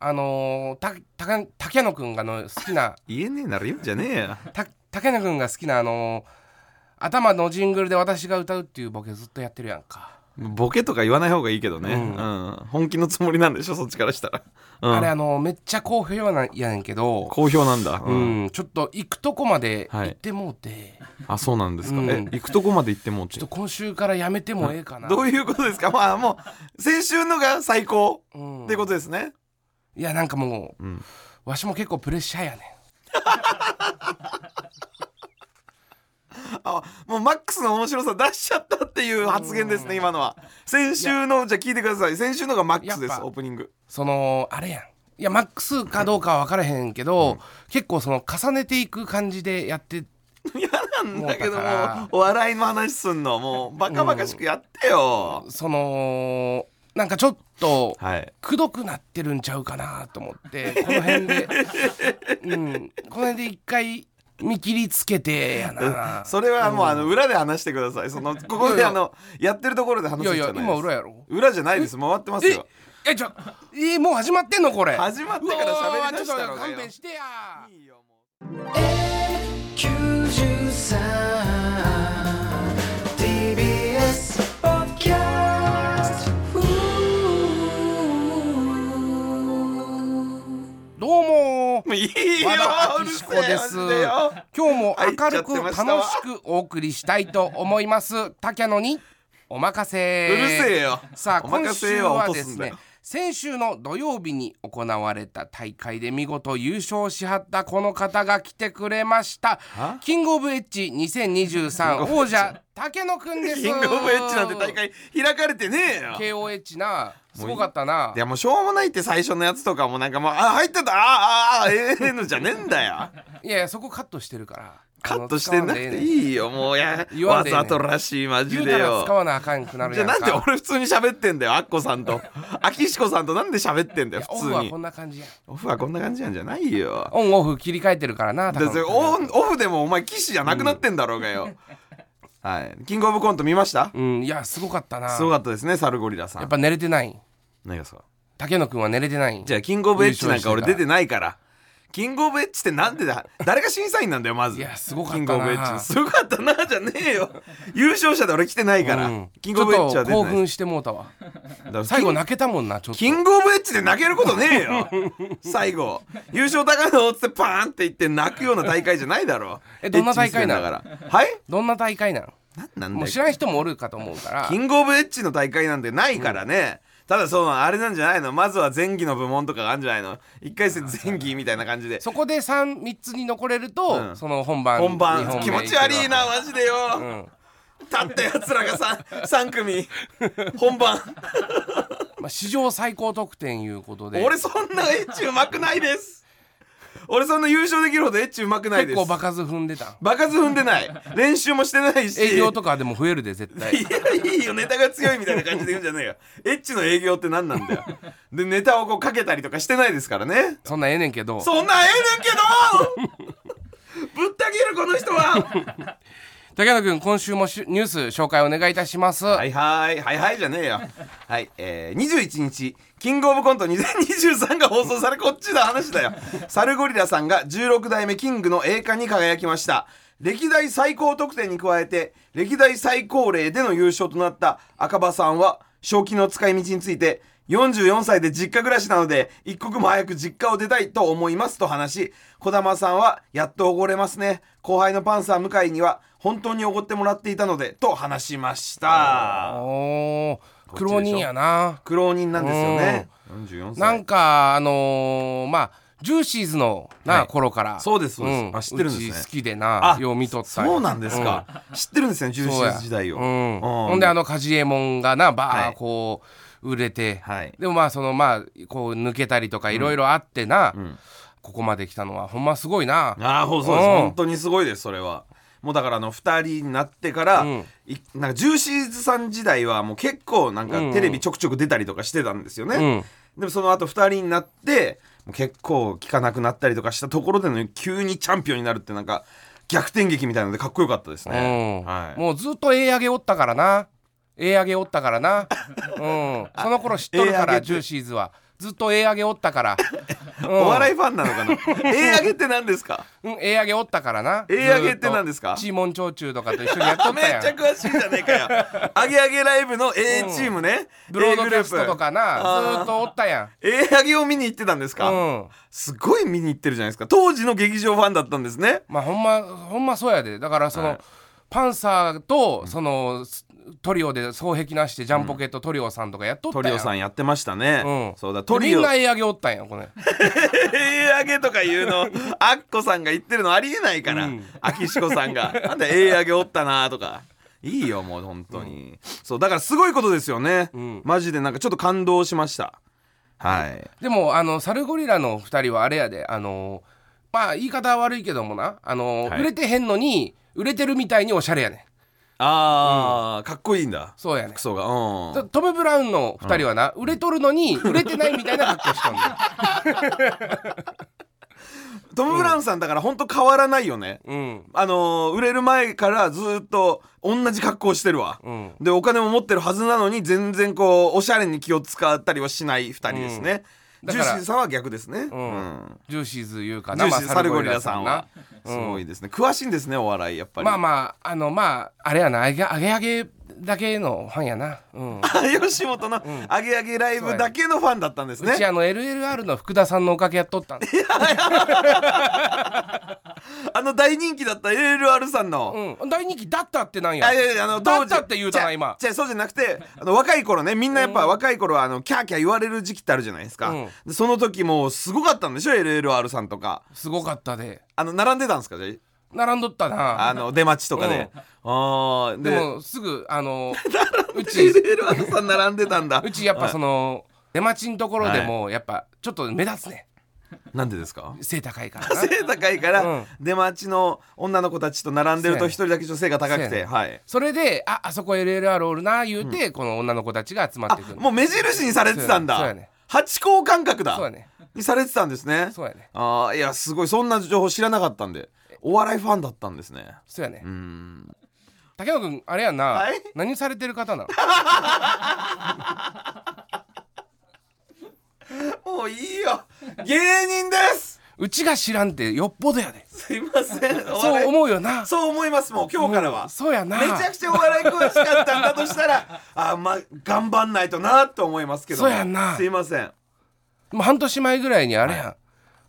あのー、たたか竹野君がの好きな 言えねえなら言うんじゃねえよた竹野君が好きなあのー、頭のジングルで私が歌うっていうボケずっとやってるやんか、ボケとか言わない方がいいけどね、うんうん本気のつもりなんでしょそっちからしたら、うん、あれあのー、めっちゃ好評やなんやねんけど好評なんだ、う、ん、ちょっと行くとこまではい行ってもうて、あそうなんですか、うんえ行くとこまで行ってもうちちょっと今週からやめてもええかなどういいうことですか まあもう先週のが最高う、ん、ってことですね、いやなんかもううん、わしも結構プレッシャーやねあもうマックスの面白さ出しちゃったっていう発言ですね今のは先週のじゃあ聞いてください先週のがマックスでやっすぱオープニングそのあれやんいやマックスかどうかは分からへんけど、結構その重ねていく感じでやって嫌なん だけどもうもだからお笑いの話すんのもうバカバカしくやってよ、そのなんかちょっとはいくどくなってるんちゃうかなと思って この辺で、うん、この辺で一回見切りつけてやなそれはもうあの裏で話してくださいそ のここいでやあのやってるところで話いすやんいじやゃないです今裏やろ裏じゃないです回ってますよええちょえもう始まってんのこれ始まってから喋り出したうのわちょっとが勘よ弁してやいいよもう TBS Podcast. Ooh. どうももういいよ和田うアるキせシえコですうるせえよ今日も入っち明ゃるっくてま楽したわしくお送りしたいと思います竹野にお任せ うるせえよさあお今任せ週はは落とですんすだねよ先週の土曜日に行われた大会で見事優勝しはったこの方が来てくれましたはキングオブエッジ2023王者竹野くんですキングオブエッジなんて大会開かれてねえよ KOH なすごかったないやもうしょうもないって最初のやつとかもなんかもうあ入ってたあーあーあーええのじゃねえんだ よいやいやそこカットしてるからカットしてなくていいいよもうや言わわんでええねんざとらしいマジ言うでたらよ使わなあかんくなるじゃやあんかなんで俺普通に喋ってんだよアッコさん とアキシコさんとなんで喋ってんだよオ普通フはにこんな感じやんオフはこんな感じなんじゃないよオンオフ切り替えてるからなだって高野オンオフでもお前騎士じゃなくなってんだろうがよ、はいキングオブコント見ましたうんいやすごかったなすごかったですねサルゴリラさんやっぱ寝れてない何がですか竹野くんは寝れてないじゃあキングオブエッジなんか俺優勝してから出てないからキングオブエッジってなんでだ誰が審査員なんだよまずいやすごかったなキングオブエッジすごかったなじゃねえよ優勝者で俺来てないから、うんキングオブエッジはちょっと出て興ない奮してもうたわだから最後泣けたもんなちょっとキングオブエッジで泣けることねえよ最後優勝高野っつってパーンって言って泣くような大会じゃないだろえどんな大会なのエッチミスなんだからはいどんな大会なのなんなんだよもう知らん人もおるかと思うからキングオブエッジの大会なんてないからね、ただそのあれなんじゃないのまずは前期の部門とかがあるんじゃないの一回戦前期みたいな感じでそこで三三つに残れると、うんその本番本二番目気持ち悪い行なマジでよ、立ったやつらが 3, 三組本番けるわ、まあ、史上最高得点いうことで俺そんなエッチうまくないです俺そんな優勝できるほどエッチうまくないで結す構場数踏んでたバカず踏んでない練習もしてないし営業とかでも増えるで絶対いやいいよネタが強いみたいな感じで言うんじゃねえよエッチの営業って何なんだよでネタをこうかけたりとかしてないですからねそんなんええねんけどそんなんええねんけどぶった切るこの人は竹野くん今週もしニュース紹介お願いいたします、はいはいはいはいじゃねえよはいえー、21日キングオブコント2023が放送されこっちの話だよサルゴリラさんが16代目キングの栄冠に輝きました歴代最高得点に加えて歴代最高齢での優勝となった赤羽さんは賞金の使い道について44歳で実家暮らしなので一刻も早く実家を出たいと思いますと話し児玉さんはやっとおごれますね後輩のパンサー向井には本当におごってもらっていたのでと話しましたおおこっちでしょ苦労人やな苦労人なんですよね44歳なんかあのー、まあジューシーズのな、はい頃からそうですそうですあ知ってるんですねうち好きでなあよう見とったんやそうなんですか、知ってるんですねジューそうシーやズ時代を、うんうんほんであのカジエモンがなはバーいこう、売れて、はいでもまあそのまあこう抜けたりとかいろいろあってな、んここまで来たのはほんますごいな。ああそうそうですうん本当にすごいですそれはもうだからあの2人になってから、うんいなんかジューシーズさん時代はもう結構なんうんうかんテレビちょくちょく出たりとかしてたんですよね、うんでもその後2人になってもう結構聞かなくなったりとかしたところでの急にチャンピオンになるってなんか逆転劇みたいのでかっこよかったですうんね、はい、もうずっと A 上げおったからな A 上げおったから な、うん、その頃知っとるか A 上げっらてジューシーズはずっと A 上げおったから、うん、お笑いファンな のかな A 上げって何ですかうん、A 上げおったからな A 上げって何ですかずっとチーモン長中とかと一緒にやっとっめたやっんちゃ詳しいじゃねえかよあげあげライブの A チームね、ブロ A ードキャストとかなあーずーっとおったや A 上げを見に行ってたんですんか、うんすごい見に行ってるじゃないですか当時の劇場ファンだったんですねまあほんまほんまそうやでだからその、はいパンサーとそのトリオで双璧なしてジャンポケットトリオさんとかやっとったトやんリオさんやってましたね、うんそうだトリみんオな A 上げおったんやこれ A 上げとか言うのアッコさんが言ってるのありえないから、うんアキシコさんがなんで A 上げおったなとかいいよもう本当に、そうだからすごいことですよね、んマジでなんかちょっと感動しましたはいでもあのサルゴリラの2人はあれやであのまあ言い方は悪いけどもなあの、はい売れてへんのに売れてるみたいにおしゃれやねんあー、かっこいいんだそうやねん服装がうんトトム・ブラウンの2人はな、売れとるのに売れてないみたいな格好しとんねんトム・ブラウンさんだから本当変わらないよね、うんあのー売れる前からずーっと同じ格好してるわ、うんでお金も持ってるはずなのに全然こうおしゃれに気を使ったりはしない2人ですね、うんだジかュらーシーさんは逆ですね、うんうんジューシーズ言うかジな、ュまーあシーサルゴリラさんはすサルゴリラさんなごいですね詳しいんですねお笑いやっぱりまあまああのまああれやなあげあげあげだけのファンやな、うん、う 吉本の「アゲアゲライブ」だけのファンだったんですねちあの LLR の福田さんのおかげやっとったんで、あの大人気だった LR さんの、うん、大人気だったってなんやあいやいやあのだ当っ時たって言うたな今じゃそうじゃなくてあの若い頃ねみんなやっぱ若い頃はあのキャーキャー言われる時期ってあるじゃないですか、うんでその時もうすごかったんでしょ LLR さんとかすごかったであの並んでたんですかじ並んどったゃあなあの出待ちとかで、うんああででもすぐあ のうち LLR さん並んでたんだうちやっぱその出待ちのところでもやっぱちょっと目立つねなんでですか背高いからな背高いから、うん出待ちの女の子たちと並んでると一そ人だけ女性が高くそうてやねはいそれでああそこ LLR おるな言うて、この女の子たちが集まっあてくるもう目印にされてたんそうだやね八甲感覚だそうやねにされてたんですねそうやねああいやすごいそんな情報知らなかったんでお笑いファンだったんですねそうやねうーん竹野君あれやんな、はい何されてる方なのもういいよ芸人ですうちが知らんってよっぽどやで、すいませんおそ笑うい思うよなそう思いますもう今日からはそうやなめちゃくちゃお笑い詳しかったんだとしたらあーまあ頑張んないとなと思いますけどもそうやんなすいませんもう半年前ぐらいにあれやん、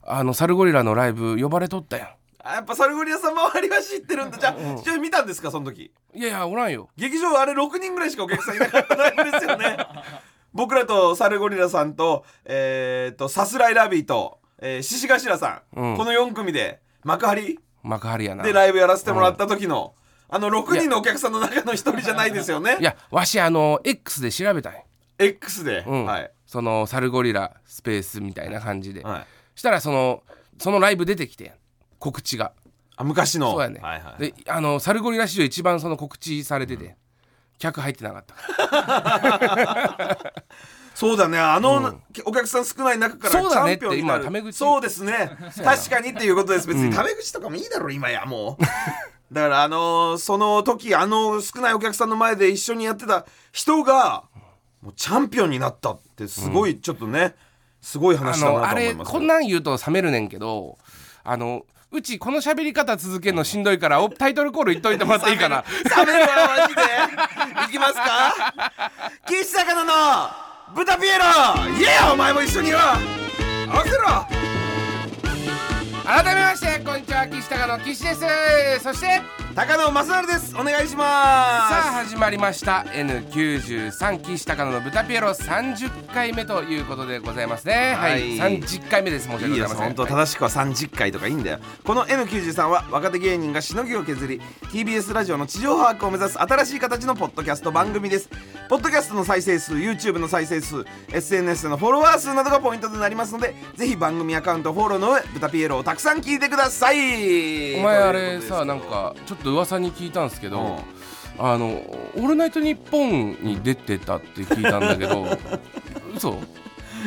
あのサルゴリラのライブ呼ばれとったやあやっぱサルゴリラさん周りは知ってるんだじゃあ一緒に見たんですかその時んいやいやおらんよ劇場あれ6人ぐらいしかお客さんいなかったライブですよね 僕らとサルゴリラさんとえー、とさすらいラビーと、えー、獅子頭さん、うんこの4組で幕張幕張やなでライブやらせてもらった時の、あの6人のお客さんの中の1人じゃないですよねいやわしあの X で調べたんや、 X で、うんはい、そのサルゴリラスペースみたいな感じで、はい、したらそのそのライブ出てきてん告知があ昔のそうやね、はいはい、であのサルゴリラ史上一番その告知されてて、客入ってなかったからそうだねあの、お客さん少ない中からチそうだねャンピオンになるって今タメ口そうですね確かにっていうことです別にタメ口とかもいいだろ今やもうだからあのーその時あの少ないお客さんの前で一緒にやってた人がもうチャンピオンになったってすごいちょっとね、すごいあ話だのなあと思いれますこんなん言うと冷めるねんけどあのうちこの喋り方続けるのしんどいからおタイトルコール言っといてもらっていいか な冷めるわマジでいきますか岸坂野の豚ピエロイエーお前も一緒によ合わせろ改めましてこんにちはは岸高の岸ですそして高野正成ですお願いしさあます始まりました N93 岸高野の豚ピエロ30回目ということでございますねははいい、30回目です申しいい訳ごよざいません本当はい正しくは30回とかいいんだよこの N93 は若手芸人がしのぎを削り TBS ラジオの地上把握を目指す新しい形のポッドキャスト番組ですポッドキャストの再生数 YouTube の再生数 SNS のフォロワー数などがポイントとなりますのでぜひ番組アカウントフォローの上「ブタピエロ」をたくさん聞いてくださいお前あというれことですけさどなんかちょっと噂に聞いたんですけど、うんあの「オールナイトニッポン」に出てたって聞いたんだけど 嘘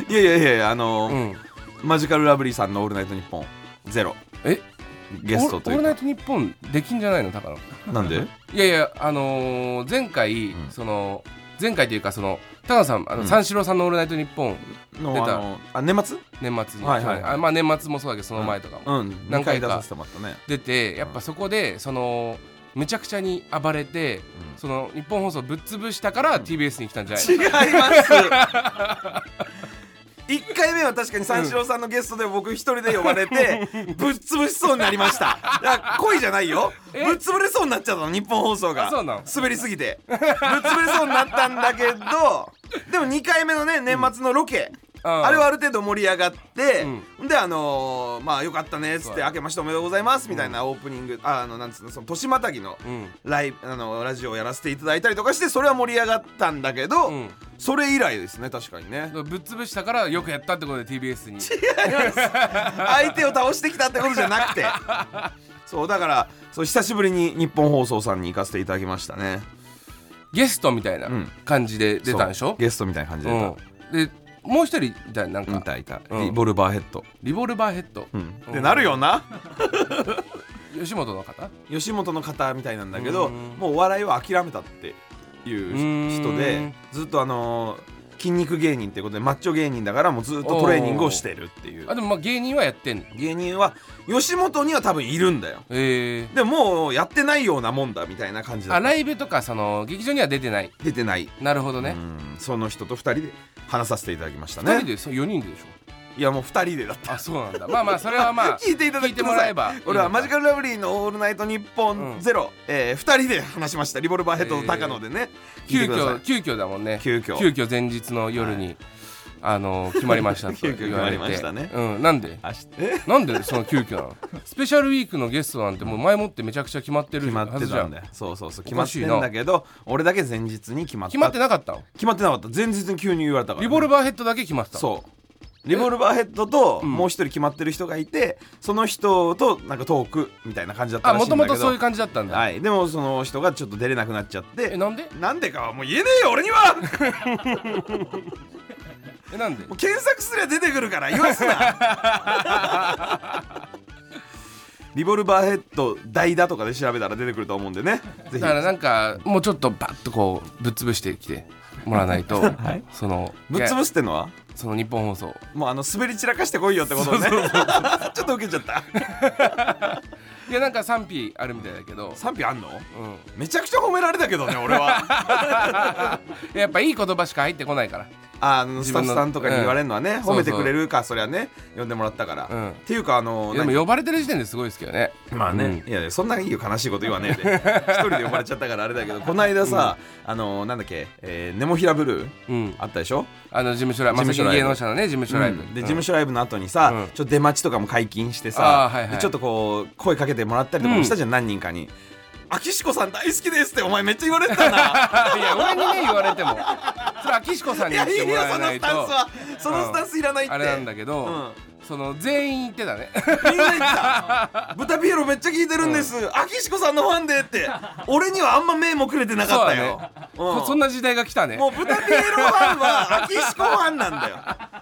いやいやいやいやあのうーんマジカルラブリーさんの「オールナイトニッポン」ゼロえゲストとオールオールいナうイトニッポンできんじゃないの高野かなんでいやいやあのー前回、うんその前回というかその高野さんあの、うん三四郎さんの「オールナイトニッポンの出たあのあ年末」年末に、はいはいあまあ年末もそうだけどその前とかも、うん何何回回か出させてもらったね出てやっぱそこでそのむちゃくちゃに暴れて、うんその日本放送ぶっ潰したから TBS に来たんじゃないの違います1回目は確かに三四郎さんのゲストで僕一人で呼ば れてぶっ潰しそうになりましたいや恋じゃないよぶっ潰れそうになっちゃったの日本放送あがそうなの滑りすぎてぶっ潰れそうになったんだけどでも2回目のね年末のロケ、うんあれはある程度盛り上がって、であのーまあよかったねっつそっうてだ「明けましておめでとうございます」みたいなオープニング、ああのなんつうのその年またぎのうんライブあのラジオをやらせていただいたりとかしてそれは盛り上がったんだけど、うんそれ以来ですね確かにねぶっ潰したからよくやったってことで TBS に相手を倒してきたってことじゃなくてそうだからそう久しぶりに日本放送さんに行かせていただきましたねゲストみたいなうん感じで出たんでしそうょ、ゲストみたいな感じうで出た、ん、でもう一人いたよなんうんいかたいた、うんリボルバーヘッド、リボルバーヘッド、うんうんってなるよな吉本の方吉本の方みたいなんだけどうんもうお笑いは諦めたっていう人うでんずっとあのー筋肉芸人ってことでマッチョ芸人だからもうずっとトレーニングをしてるっていうあでもまあ芸人はやってんの芸人は吉本には多分いるんだよえーでももうやってないようなもんだみたいな感じだあったライブとかその劇場には出てない出てない、なるほどうねんその人と2人で話させていただきました2人ねでそう4人ででしょいやもう2人でだっあそうなんだまあまあそれはまたあ 聞いていただ聞いきててももららええばばいいのか俺はマジカルラブリーの「オールナイトニッポンゼロ、えー、2人で話しましたリボルバーヘッドと高野でね、聞急いてください遽急遽だもんね急遽急遽前日の夜に、あの決まりましたと 急遽言われて決まりましたねうん、なんで明日えなんでその急遽なのスペシャルウィークのゲストなんてもう前もってめちゃくちゃ決まってる決はまってずじゃたんんだよそうそうそうお決かまってしいなんだけど俺だけ前日に決まった決まってなかったの決まってなかった前日に急に言われたからリね、ボルバーヘッドだけ決まってたのそうリボルバーヘッドともう一人決まってる人がいて、その人となんかトークみたいな感じだったあらしもいんだともけどとそういう感じだったんだ、はい、でもその人がちょっと出れなくなっちゃっえてなんでなんでかはもう言えねえよ俺に はもえなんでう検索すりゃ出てくるから言わすな リボルバーヘッド代打とかで調べたら出てくると思うんでねだぜひからなんかもうちょっとバッとこうぶっ潰してきてもらわ ないと、そのぶっいや潰すってのはその日本放送もうあの滑り散らかしてこいよってことね ちょっと受けちゃったいやなんか賛否あるみたいだけど、賛否あんのうん、めちゃくちゃ褒められたけどね俺はいややっぱいい言葉しか入ってこないからあの自ス分のタッフさんとかに言われるのはね、うん褒めてくれるかそりゃね呼んでもらったから、うんっていうかあのいや何でも呼ばれてる時点ですごいですけどねまあね、いやいやそんないいよ悲しいこと言わねえで一人で呼ばれちゃったからあれだけどこの間さ、あのなんだっけ、えー、ネモヒラブルーうんあったでしょ、あの事務所ライブ事まさに務所ライ芸ブ能者のね事務所ライブ、で事務所所ライブの後にさ、うんちょっと出待ちとかも解禁してあさ、ーはいはいでちょっとこう声かけてもらったりとかもしたじゃん、何人かに「あきしこさん大好きです」ってお前めっちゃ言われてたいなや俺にね言われてもそれは岸子さん にい言やっいいてもよらそえのないスとタンスはそのスタンスいらないって、あれなんだけど、うんその全員言ってたねみんな言った「豚ピエロめっちゃ聞いてるんです、あきしこさんのファンで」って俺にはあんま目もくれてなかったよそうだねうん そそんな時代が来たねもう豚ピエロファンはアキシコファンなんだ よ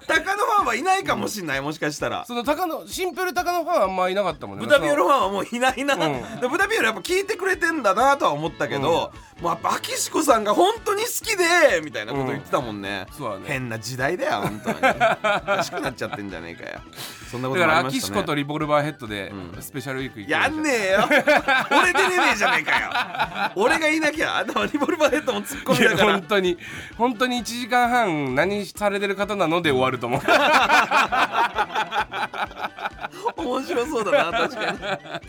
高野ファンはいないかもしんないもしかしたらその高野シンプル高野ファンはあんまいなかったもんね豚ピエロフファンはもういないな、んで豚ピエロやっぱ聞いてくれてんだなとは思ったけど、もうやっぱアキシコさんが本当に好きでみたいなこと言ってたもんね,、うんそうだね変な時代だよ本 当におかしくなっちゃってんじゃねえかよそんなこだとかもあらりまアキしシたコねとリボルバーヘッドでスペシャルウィーク行ってやんねえよ 俺出れねえじゃねえかよ俺がいなきゃでもリボルバーヘッドも突っ込いみだやから本当に本当に1時間半何されてる方なので終わると思う面白そうだな確かに あ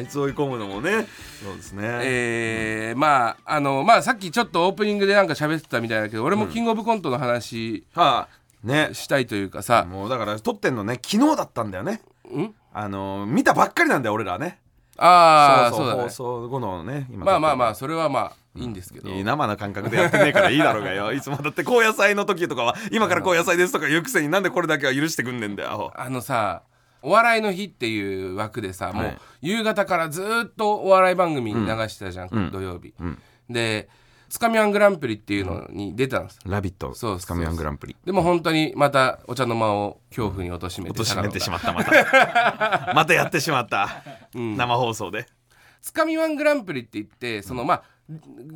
いつ追い込むのもねそうですね、えーまああのまあさっきちょっとオープニングでなんか喋ってたみたいだけど俺もキングオブコントの話はあねしたいというかさ、もうだから撮ってんのね昨日だったんだよねんあのー見たばっかりなんだよ俺らねああそうだ放ね送後のね今まあまあまあ撮っそれはまあいいんですけてど、るいい生な感覚でやってねえからいいだろうがよいつもだって高野菜の時とかは今から高野菜ですとか言うくせになんでこれだけは許してくんねんだよアホあのさお笑いの日っていう枠でさ、もはうい夕方からずーっとお笑い番組流してたじゃん、うん土曜日、うんで「つかみワングランプリ」っていうのに出たんです、ラビッそうトそうそうつかみワングランプリでも本当にまたお茶の間を恐怖に貶としめ落てとしめてしうまったまたまたやってしまった、生放送でつかみワングランプリって言ってそのまあ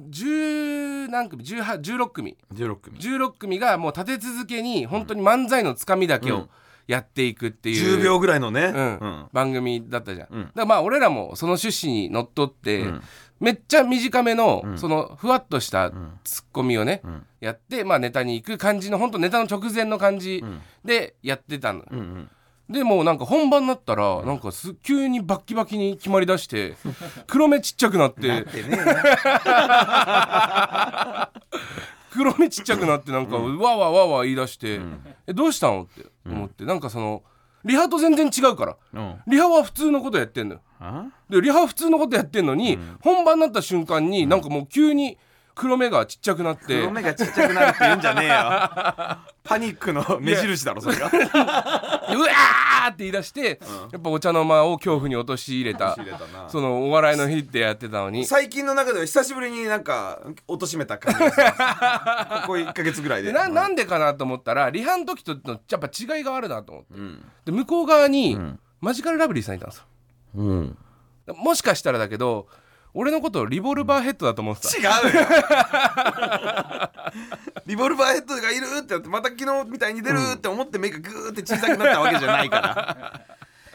10何組18 16組16組16組がもう立て続けに本当に漫才のつかみだけうをんやっていくっていう、 10秒ぐらいのね、うんうん番組だったじゃん、うんだからまあ俺らもその趣旨にのっとって、うんめっちゃ短めの、んそのふわっとしたツッコミをね、うんやって、まあ、ネタに行く感じの本当ネタの直前の感じんでやってたの、うんうんでもうなんか本番になったらなんかす急にバッキバキに決まりだして 黒目ちっちゃくなって 黒目ちっちゃくなってなんかわわわわ言い出して、えどうしたのって思って、なんかそのリハと全然違うからうんリハは普通のことやってんのよあでリハ普通のことやってんのに、本番になった瞬間になんかもう急に黒目がちっちゃくなって黒目がちっちゃくなるって言うんじゃね えよパニックの目印だろそれがでうわーって言い出して、やっぱお茶の間を恐怖に陥れたれたなそのお笑いの日ってやってたのに最近の中では久しぶりになんか貶としめた感じですこ こ1か月ぐらいででななんでかなと思ったらリハの時とのやっぱ違いがあるなと思ってうんで向こう側に、んマジカルラブリーさんいたんですうんよもしかしたらだけど俺のことをリボルバーヘッドだと思ってた、違うよリボルバーヘッドがいるってなってまた昨日みたいに出るって思って目がグーって小さくなったわけじゃないから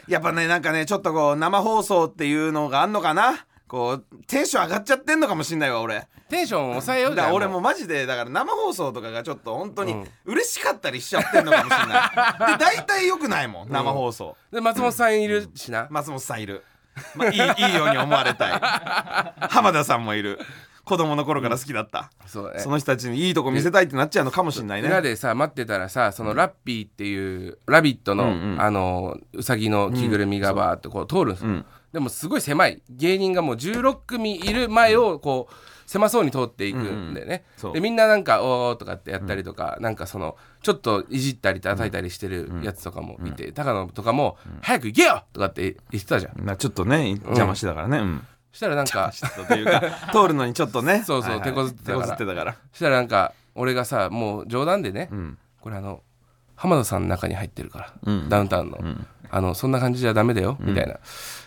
やっぱねなんかねちょっとこう生放送っていうのがあんのかなこうテンション上がっちゃってんのかもしんないわ俺テンションを抑えよだうかじゃらん俺もマジでだから生放送とかがちょっと本当に嬉しかったりしちゃってんのかもしんない、で大体よくないもん生放送、で松本さんいるしな、松本さんいる、まあ、いいいいように思われたい浜田さんもいる子供の頃から好きだった、そうだねその人たちにいいとこ見せたいってなっちゃうのかもしんないね裏でさ待ってたらさそのラッピーっていう「ラビット!」の、うんうんあのうさぎの着ぐるみがバーってこう通るんですよ、うんでもすごい狭い芸人がもう16組いる前をこう狭そうに通っていくうんうんんでね、そうでみんななんか「おー」とかってやったりとか、なんかそのちょっといじったり叩いたりしてるやつとかもいて、高野とかも「早く行けよ!」とかって言ってたじゃんなちょっとね邪魔してたからね、うん そしたら なんかちょっとというか通るのにちょっとねそうそう手こずってたから手こずってたからそしたらなんか俺がさもう冗談でね、んこれあの浜田さんの中に入ってるから、うんダウンタウンの,、あのそんな感じじゃダメだよ、みたいな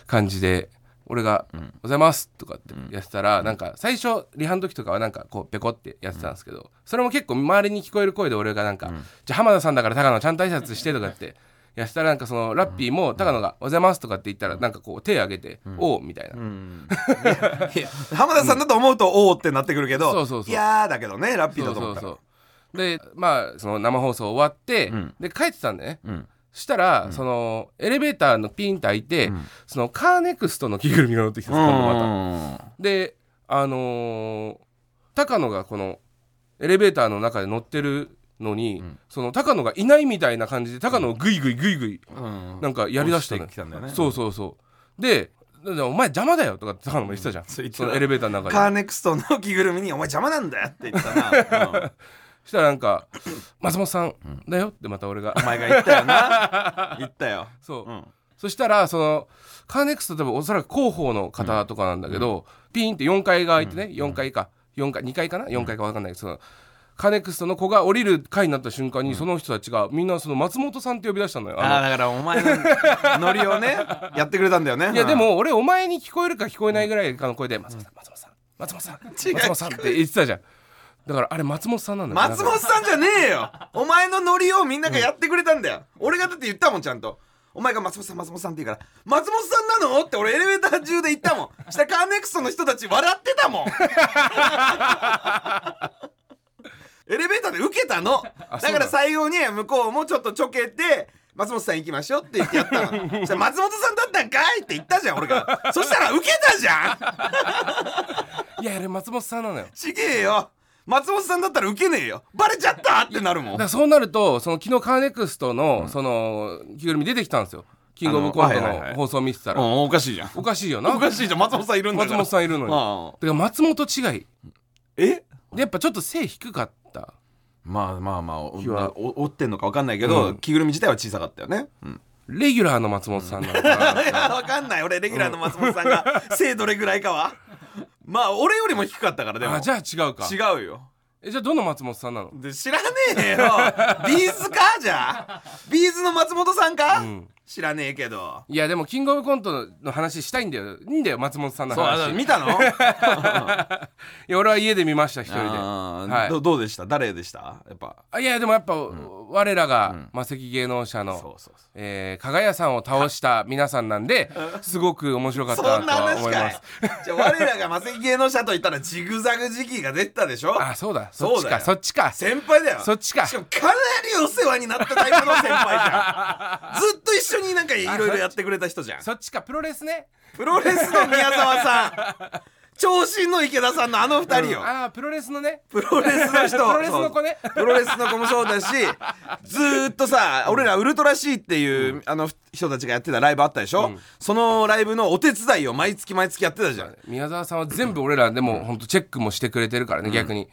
感じで俺が「おはようございます」とかってやってたら、なんか最初リハの時とかはなんかこうペコってやってたんですけど、それも結構周りに聞こえる声で俺がなんか「じゃあ浜田さんだから高野ちゃんと挨拶して」とかって。やってたらなんかそのラッピーも高野が「おはようございます」とかって言ったらなんかこう手挙げて「おう」みたいな、 浜田さんだと思うと「おお」ってなってくるけど、そうそうそういやーだけどねラッピーそだうとそ思うったそらうでまあその生放送終わって、んで帰ってたんでね、うんそしたら、そのエレベーターのピンって開いて、そのカーネクストの着ぐるみが乗ってきたんです今度まうたであのー高野がこのエレベーターの中で乗ってるのに、その高野がいないみたいな感じで高野をグイグイグイグイんうんなんかやりだしたのよ押してきたんだよねそうそうそうで「でお前邪魔だよ」とかって高野も言ってたじゃん、そう言ってたそのエレベーターの中でカーネクストの着ぐるみに「お前邪魔なんだよ」って 言ったな、うんそしたらなんか「松本さんだよ」ってまた俺がお前が言ったよな言ったよそう、うんそしたらそのカーネクスト多分おそらく広報の方とかなんだけど、ピンって4階が開いてね、4階か4階2階かな4階か分かんないけどそのカーネクストの子が降りる階になった瞬間に、その人たちがみんなその松本さんって呼び出したのよ。あああのだからお前のノリをねやってくれたんだよねいやでも俺お前に聞こえるか聞こえないぐらいかの声で「松本さん松本さん松本さん松本さん」って言ってたじゃんだからあれ松本さんなんだよ松本さんじゃねえよお前のノリをみんながやってくれたんだよ、俺がだって言ったもんちゃんとお前が松本さん松本さんって言うから松本さんなのって俺エレベーター中で言ったもんしたらカーネクストの人たち笑ってたもんエレベーターで受けたのだから最後に向こうもちょっとちょけて松本さん行きましょう」って言ってやったのそしたら松本さんだったんかい」って言ったじゃん俺がそしたらウケたじゃんいやあれ松本さんなのよちげえよ松本さんだったらウケねえよバレちゃったってなるもだんからそうなるとその昨日カーネクストの、その着ぐるみ出てきたんですよキングオブコントあのはいはいはのい放送見てたら、うんおかしいじゃんおかしいよなおかしいじゃん松本さんいるんだ松から本さんいるのにだかああら松本違いえでやっぱちょっと背低かったまあまあまあお日はお折ってんのかわかんないけど、うん着ぐるみ自体は小さかったよね、うん、レギュラーの松本さんなのか いなやわかんない俺レギュラーの松本さん が背どれぐらいかはまあ俺よりも低かった からでもあじゃあ違うか違うよえじゃあどの松本さんなので知らねえよ ビーズかじゃあビーズの松本さんか、ん知らねえけどいやでもキングオブコントの話したいんだよいいんだよ松本さんのそうあ話のい見 たのや俺は家で見ました一人であーはいどどうでした誰でしたやっぱあいやでもやっぱ、我らが魔石芸能者の、そうそうそえー、加賀屋さんを倒した皆さんなんですごく面白かったそなんとなは話思いかまいす。じゃあ我らが魔石芸能者といったらジグザグ時期が出たでしょあそうだそっちかそそうだよっちか先輩だよそっちかしかもかなりお世話になったタイプの先 輩じゃんずっと一緒になんかいろいろやってくれた人じゃんそっちかプロレスねプロレスの宮沢さん長身の池田さんのあの二人よ、ああプロレスのねプロレスの人プロレスの子ねそうプロレスの子もそうだしずーっとさ俺らウルトラ C っていう、あの人たちがやってたライブあったでしょ、そのライブのお手伝いを毎月毎月やってたじゃん宮沢さんは全部俺らでも本当チェックもしてくれてるからね、逆に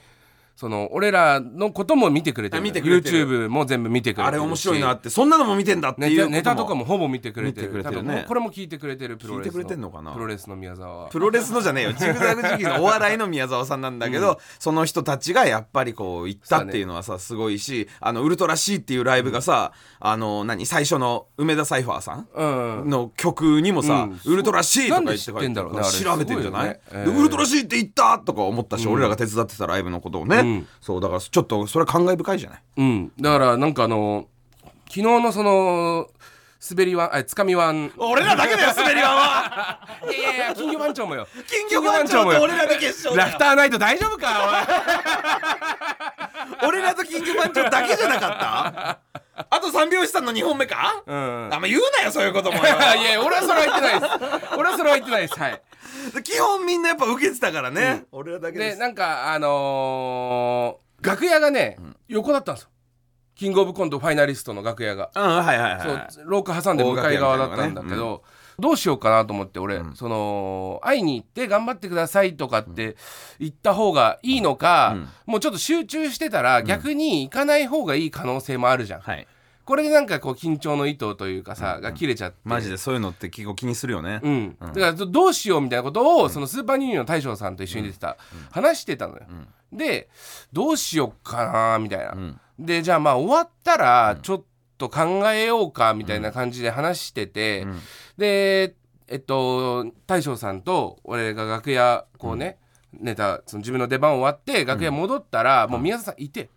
その俺らのことも見てくれてるあ見てくれてる YouTube も全部見てくれてるあれ面白いなってそんなのも見てんだってネいうタネタとかもほぼ見てくれてる見てくれて多るね分もうこれも聞いてくれてるプロレス聞いてくれてんのかなプロレスの宮沢はプロレスのじゃねえよジグザグ時期のお笑いの宮沢さんなんだけど、 その人たちがやっぱりこう行ったっていうのはさすごいしあのウルトラ C っていうライブがさ、あの何最初の梅田サイファーさんうんの曲にもさ、うんウルトラ C とか言ってなんで知ってんだろうねあれ調べてんじゃない、すごいよねでえーウルトラ C って言ったとか思ったし、俺らが手伝ってたライブのことをね、んそうだからちょっとそれは感慨深いじゃないうん、だからなんかあの昨日のその滑りワンあつかみワン俺らだけだよ滑り場はいやいやいや金魚番長もよ 金魚番長と俺らで決勝だよラフターナイト大丈夫か俺らとキング番長だけじゃなかったあと三拍子さんの2本目か、おいうんあんま言うなよそういうこともいよやいや俺はそれは言ってないです俺はそれは言ってないですはい基本みんなやっぱ受けてたからね、俺らだけでですなんかあのー楽屋がね、横だったんですよキングオブコントファイナリストの楽屋がうんはいはいはいそう廊下挟んで向かい側だったんだけ大楽屋みたいなのど、どうしようかなと思って俺、その会いに行って頑張ってくださいとかって言った方がいいのか、もうちょっと集中してたら逆に行かない方がいい可能性もあるじゃん、はいこれでなんかこう緊張の糸というかさ、が切れちゃってマジでそういうのって結構気にするよね、うん、だからどどうしようみたいなことを、そのスーパーニューニューの大将さんと一緒に出てた、話してたのよ、でどうしようかなみたいな、でじゃあまあ終わったらちょっと考えようかみたいな感じで話してて、でえっと大将さんと俺が楽屋こうね、ネタその自分の出番終わって楽屋戻ったら、もう宮田さんいて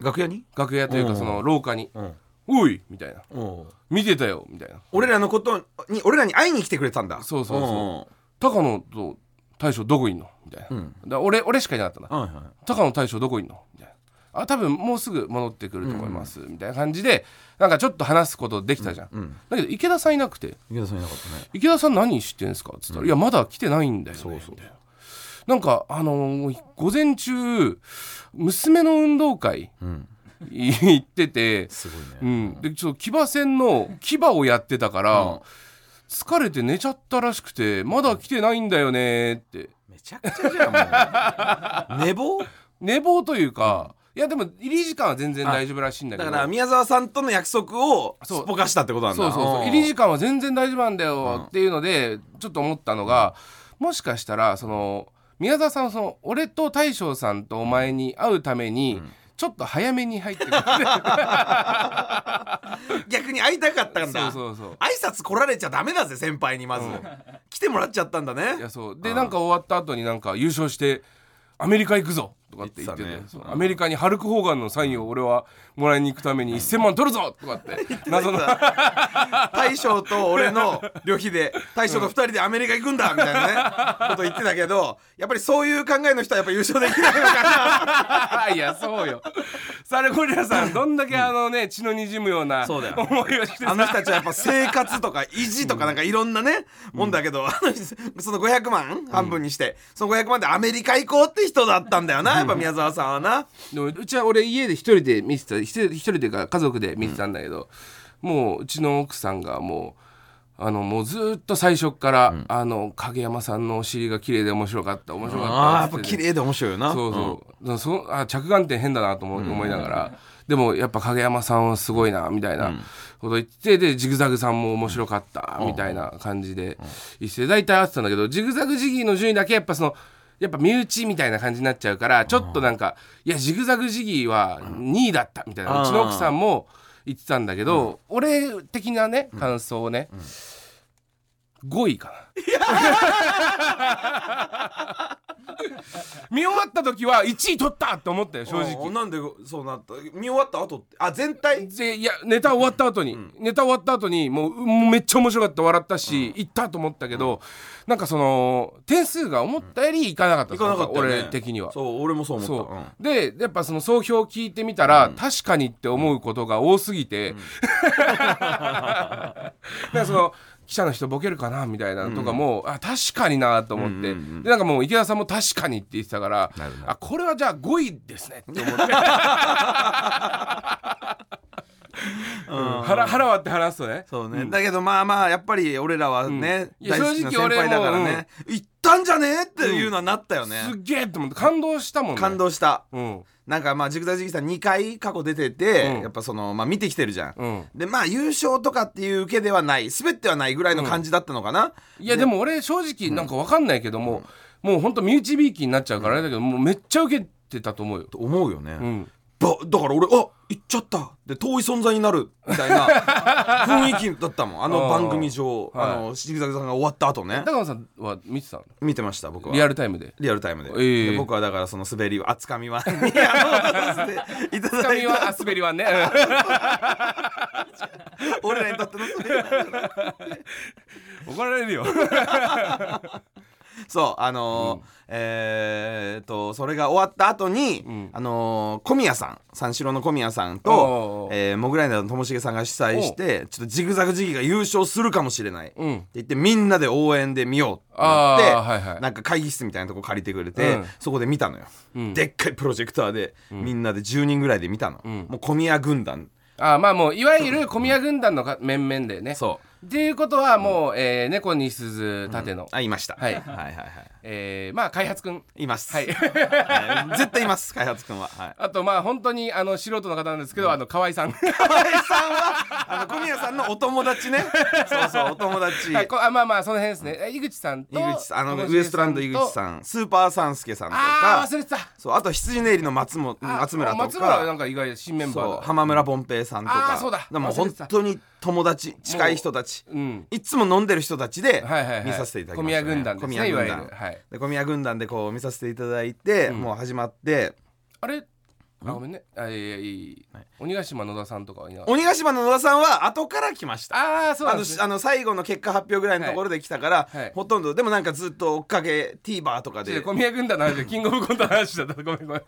楽屋に楽屋といううかんその廊下にうん「おい!」みたいな「見てたよ」みたいな俺らのことに俺らに会いに来てくれたんだそうそうそそ「高野と大将どこいんの?」みたいな、んだから俺俺しかいなかったなうん、はいは高野大将どこいんのみたいなあ多分もうすぐ戻ってくると思います、みたいな感じでなんかちょっと話すことできたじゃん、んうんだけど池田さんいなくてい池田さんいなかったね「池田さん何してんすか?」っつったら「いやまだ来てないんだよ、ね」そうそうみたいななんかあのー午前中娘の運動会 うん行ってて、すごいねうん、でちょっと騎馬戦の騎馬をやってたから、疲れて寝ちゃったらしくてまだ来てないんだよねってめちゃくちゃじゃん もう寝坊寝坊というか、いやでも入り時間は全然大丈夫らしいんだけだどから宮沢さんとの約束をすそうっぽかしたってことなんだそうそうそう入り時間は全然大丈夫なんだよっていうのでちょっと思ったのがもしかしたらその宮沢さんはその俺と大将さんとお前に会うためにちょっと早めに入 ってくる逆に会いたかったんだそうそうそう挨拶来られちゃダメだぜ先輩にまず、来てもらっちゃったんだいねやそうでなんか終わった後になんか優勝してアメリカ行くぞとかって言ってて言ってたねそううんアメリカにハルク・ホーガンのサインを俺はもらいに行くために1000万取るぞとか って謎の 大将と俺の旅費で大将と二人でアメリカ行くんだみた いなねこと言ってたけどやっぱりそういう考えの人はやっぱ優勝できないのかないやそうよサルゴリラさんどんだけあのね血の滲むようなそうだよ思いをしてあさの人たちはやっぱ生活とか維持とかなんかいろんなねもんだけどあの人その500万半分にしてその500万でアメリカ行こうって人だったんだよなやっぱ宮沢さんはなでもうちは俺家で一人で見てた一人一人でいうか家族で見てたんだけど、もううちの奥さんがもうあのもうずーっと最初っから、あの影山さんのお尻が綺麗で面白かった面白あーかやっったぱっつ綺って麗で面白いよなそうそう、だからそのあ着眼点変だなと思,、思いながらでもやっぱ影山さんはすごいなみたいなこと言っててでジグザグさんも面白かったみたいな感じで一世大体合ってたんだけどジグザグジギーの順位だけやっぱそのやっぱ身内みたいな感じになっちゃうからちょっとなんかいやジグザグジギーは2位だったみたいなうちの奥さんも言ってたんだけど俺的なね感想をね5位かな。 見終わった時は1位取ったと思ったよ正直あーなんでそうなった見終わった後ってあ全体でいやネタ終わった後に、ネタ終わった後にもううめっちゃ面白かった笑ったし、行ったと思ったけど、なんかその点数が思ったよりいかなかったいかなかったよね俺的には。そう俺もそう思ったそううんでやっぱその総評を聞いてみたら、確かにって思うことが多すぎて、 なんかその記者の人ボケるかなみたいなのとかも、あ確かになと思って、うんうんうんでなんかもう池田さんも確かにって言ってたからなるほどあこれはじゃあ5位ですねって思ってうん腹腹割って話すとねそうね、だけどまあまあやっぱり俺らはね、うんいや大好き正な直先俺も輩だからね、行ったんじゃねえっていうのはなったよね、すっげえと思って感動したもんね感動したうんなんかまあジグザグジギーさん2回過去出てて、うんやっぱそのまあ見てきてるじゃん、うんでまあ優勝とかっていう受けではない滑ってはないぐらいの感じだったのかな、いやでも俺正直なんか分かんないけども、もうほんと身内びいきになっちゃうからあれだけどもうめっちゃ受けてたと思うよ、と思うよね、うん、だだから俺あ行っちゃったで遠い存在になるみたいな雰囲気だったもんあの番組上あーあのジグザグさんが終わった後ね高野さんは見てたの見てました僕はリアルタイムでリアルタイムで,、ええで僕はだからその滑りはあつかみはいやあの出させていただい髪はたあ滑りは ね俺らにとっての滑りはうん怒られるよそうあのーえーっとそれが終わった後に、んあのー小宮さん三四郎の小宮さんおとう、えー、モグライダーのともしげさんが主催してちょっとジグザグジギーが優勝するかもしれない、うんって言ってみんなで応援で見ようってなって、あーはいはいなんか会議室みたいなとこ借りてくれて、うんそこで見たのよ、んでっかいプロジェクターで、みんなで10人ぐらいで見たの、もう小宮軍団あーまあもういわゆる小宮軍団のか面々でねそうっていうことはもう、えー猫に鈴盾の、あいました、はいはいはいはいえーまあ開発くんいます、はいはい絶対います開発君は、はい、あとまあ本当にあの素人の方なんですけど、あの河合さん河合さんはあの小宮さんのお友達 ねそうそうお友達はい、 こあまあまあその辺ですね、え井口さんと井口さんあとのもしウげエストランド井口んとさんスーパーサンスケさんとあかあ忘れてたそうあと羊ネイリの松もあ松村と松村はなかんか意外で新メンバーそうだ浜村凡平さんとあかーそうだで忘もれ本てた当に友達近い人たちうんいつも飲んでる人たちではいはいはい見させていただきま小宮した、ね、軍団ですね小宮軍いわ団ゆるはいで小宮軍団でこう見させていただいて、もう始まってあれあごめんねあいやいやいい鬼ヶ島野田さんとかはいなかっ鬼ヶ島の野田さんは後から来ましたたああそうあなんのでしす、あね、の最後の結果発表ぐらいのところで来たから、はいはいほとんどでもなんかずっと追っかけ TVer とかちょっでと小宮軍団の話でキングオブコントの話だったごめんごめん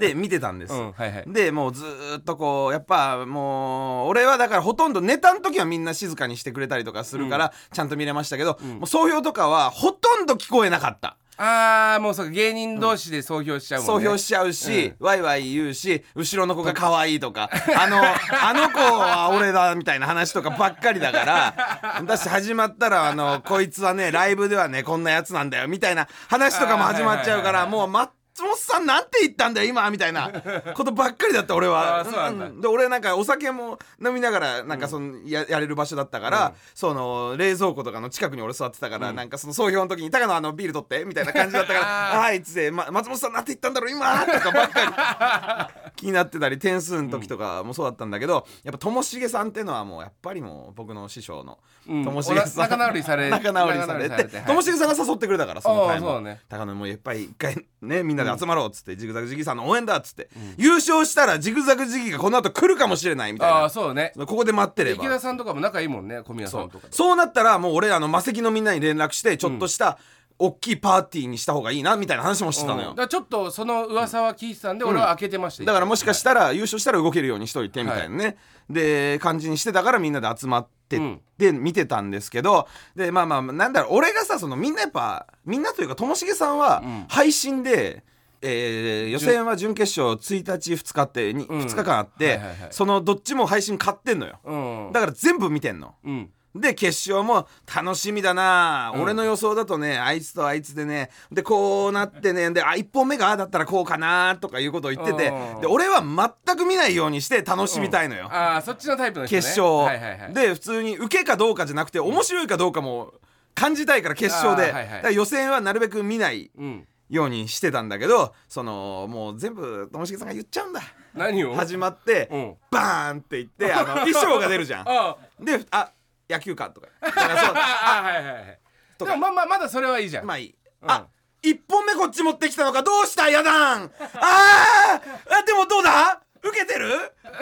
で見てたんです、うんはいはいでもうずーっとこうやっぱもう俺はだからほとんどネタの時はみんな静かにしてくれたりとかするから、ちゃんと見れましたけど、もう総評とかはほとんど聞こえなかった。ああもうそうか芸人同士で総評しちゃうも総んね、評しちゃうし、ワイワイ言うし後ろの子が可愛いとかあ のあの子は俺だみたいな話とかばっかり だから私始まったらあのこいつはねライブではねこんなやつなんだよみたいな話とかも始まっちゃうかあらーもう松本さんなんて言ったんだよ今みたいなことばっかりだった俺 は。あーそうなんだで俺なんかお酒も飲みながらなんかそのや,、やれる場所だったから、その冷蔵庫とかの近くに俺座ってたから、なんかその総評の時に「高野あのビール取 って」みたいな感じだったから「あーい」っつって、ま「松本さんなんて言ったんだろう今」とかばっかり気になってたり点数の時とかもそうだったんだけど、やっぱともしげさんっていうのはもうやっぱりもう僕の師匠のうんともしげさん仲直りされ仲直りさ仲れ直りてはいともしげさんが誘ってくれたからその回ああそも、うね高野もやっぱり一回ねみんなで集まろうっつって、ジグザグジギーさんの応援だっつって、優勝したらジグザグジギーがこの後来るかもしれないみたいあなあそうねここで待ってれば池田さんとかも仲いいもんね小宮さんとかそうなったらもう俺あの魔石のみんなに連絡してちょっとした大きいパーティーにした方がいいなみたいな話もしてたのよ、うんだからちょっとその噂は聞いてたんで俺は開けてましただからもしかしたら優勝したら動けるようにしといてみたいなね、で感じにしてだからみんなで集まってうんで見てたんですけどでまあまあなんだろう俺がさそのみんなやっぱみんなというかともしげさんはうん配信で、えー予選は準決勝1日2日ってに、うん2日間あって、はいはいはいそのどっちも配信買ってんのようんだから全部見てんの。うんで決勝も楽しみだな、うん俺の予想だとねあいつとあいつでねでこうなってねであ1本目がああだったらこうかなとかいうことを言っててうんで俺は全く見ないようにして楽しみたいのよ、ああそっちのタイプの人ね決勝、はいはいはいで普通に受けかどうかじゃなくて面白いかどうかも感じたいから決勝あで、ーはいはいだから予選はなるべく見ないうんようにしてたんだけどそのもう全部ともしげさんが言っちゃうんだ何を始まって、うんバーンって言ってあの衣装が出るじゃ んあであ野球かとかだからそうあああはいはいはいとでかもまあまあまだそれはいいじゃんまあいい。うんあ、一本目こっち持ってきたのかどうしたやだん。ああー、あでもどうだ？受けてる？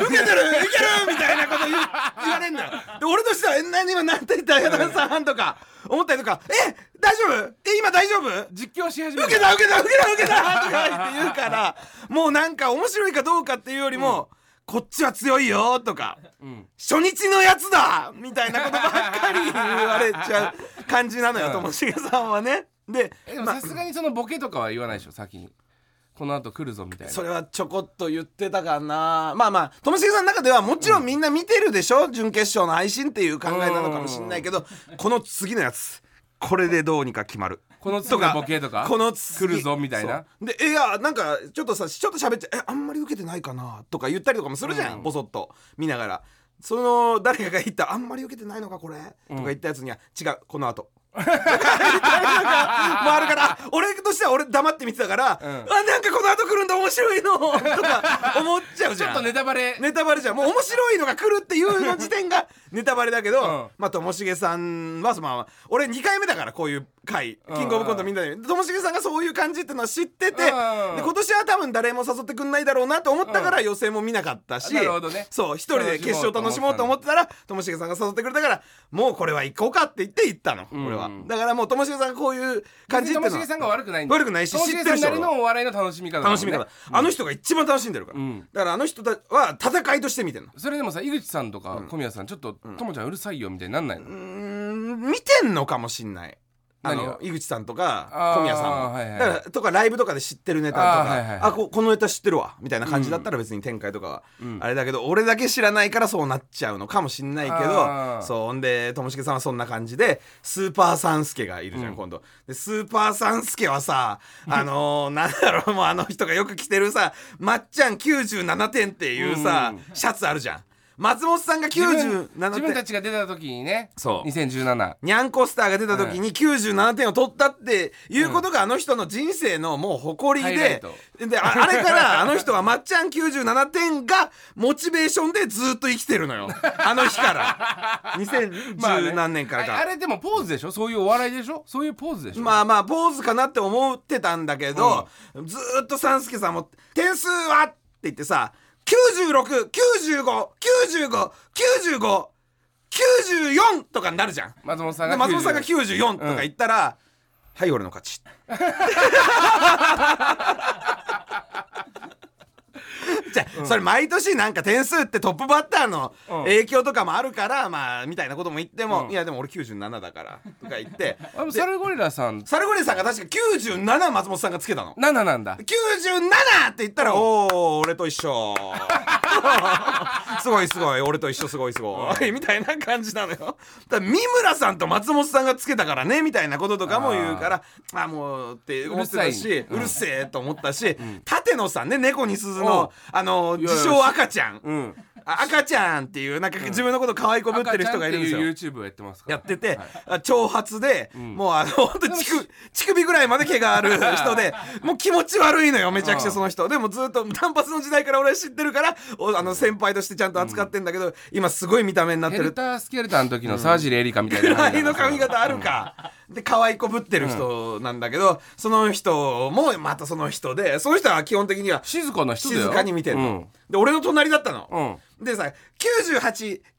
受けてる？いける？みたいなこと言う言われんだよ。で俺としてはえ何今なんて言ったやだんさんとか思ったりとか、え大丈夫？え今大丈夫？実況し始め受けた受けた受けた受けたとか言って言うから、もうなんか面白いかどうかっていうよりも、こっちは強いよとか。うん初日のやつだみたいなことばっかり言われちゃう感じなのよともしげさんはね。でえでもさすがにそのボケとかは言わないでしょ先にこの後来るぞみたいなそれはちょこっと言ってたかなまあまあともしげさんの中ではもちろんみんな見てるでしょ、準決勝の配信っていう考えなのかもしれないけどこの次のやつこれでどうにか決まる。この次のボケとかこの次来るぞみたいなそうでいやなんかちょっとさちょっと喋っちゃえあんまり受けてないかなとか言ったりとかもするじゃん、うんボソッと見ながらその誰かが言ったあんまり受けてないのかこれ、んとか言ったやつには違うこの後 とか言ったりとかもあるから俺としては俺黙って見てたから、うんあなんかこの後来るんだ面白いのとか思っちゃうじちょっゃんとネタバレネタバレじゃんもう面白いのが来るっていうの時 点がネタバレだけど、んまあともしげさんはまあ俺2回目だからこういう回うんキングオブコントみんなでともしげさんがそういう感じってのは知ってて、うんで今年は多分誰も誘ってくんないだろうなと思ったから予選も見なかったし、なるほどねそう一人で決勝楽しもうと思ってたらともしげさんが誘ってくれたからもうこれは行こうかって言って行ったの、ん俺はだからもうともしげさんがこういう感じってとのはもしげさんが悪くないんだ悪くないしともしげさんなりのお笑いの楽しみ方だもんね楽しみ方、あの人が一番楽しんでるから、うんだからあの人たは戦いとして見てるのそれでもさ井口さんとか小宮さんちょっとともちゃんうるさいよみたいになんないのうーん見てんのかもしんないあ何のが井口さんとあかー小宮さんははいはいだからとかライブとかで知ってるネタとかあ,、あーはいはいはいここのネタ知ってるわみたいな感じだったら別に展開とかは、うんあれだけど俺だけ知らないからそうなっちゃうのかもしんないけあどーそうほんでともしげさんはそんな感じでスーパーサンスケがいるじゃん、今度でスーパーサンスケはさあのー、 なんだろうもうあの人がよく着てるさまっちゃん97点っていうさ、シャツあるじゃん松本さんが自分97点自分たちが出た時にねそう2017にゃんこスターが出た時に97点を取ったっていうことがあの人の人生のもう誇りハイライでトでああれ からあの人はまっちゃん97点がモチベーションでずっと生きてるの よあの日からまあね2010何年からか、ああれでもポーズでしょそういうお笑いでしょそういうポーズでしょまあまあポーズかなって思ってたんだけど、ずーっと三助さんも「点数は?」って言ってさ9695959594とかになるじゃん。松本さんでが松本さんが90 94とか言ったら、はい俺の勝ち じゃあ、それ毎年なんか点数ってトップバッターのうん影響とかもあるから、まあみたいなことも言っても、うんいやでも俺97だからとか言って あのサルゴリラさんサルゴリさんが確か97松本さんがつけたの7なんだ97って言ったら「おお俺と一緒」 すごいすごい俺と一緒すごいすごいみたいな感じなのよだから三村さんと松本さんがつけたからねみたいなこととかも言うからあーもうって思ってたしううるる,、さいうんせえと思ったし、舘野さんね猫に鈴の、あのいや自称赤ちゃんうんあ赤ちゃんっていうなんか自分のこと可愛い子ぶってる人がいるんですよ赤ちゃんっていう YouTube をやってますからやってて、長髪で、もうあの 本当乳首乳首ぐらいまで毛がある 人でもう気持ち悪いのよめちゃくちゃその人でもずっと単発の時代から俺は知ってるからおあの先輩としてちゃんと扱ってんだけど、今すごい見た目になってヘルるタースケルターの時の沢尻エリカみたいな、ぐらいの髪型あるか。で可愛い子ぶってる人なんだけど、その人もまたその人でその人は基本的には静かな人だよ静かに見てるの、で俺の隣だったの、 うん、でさ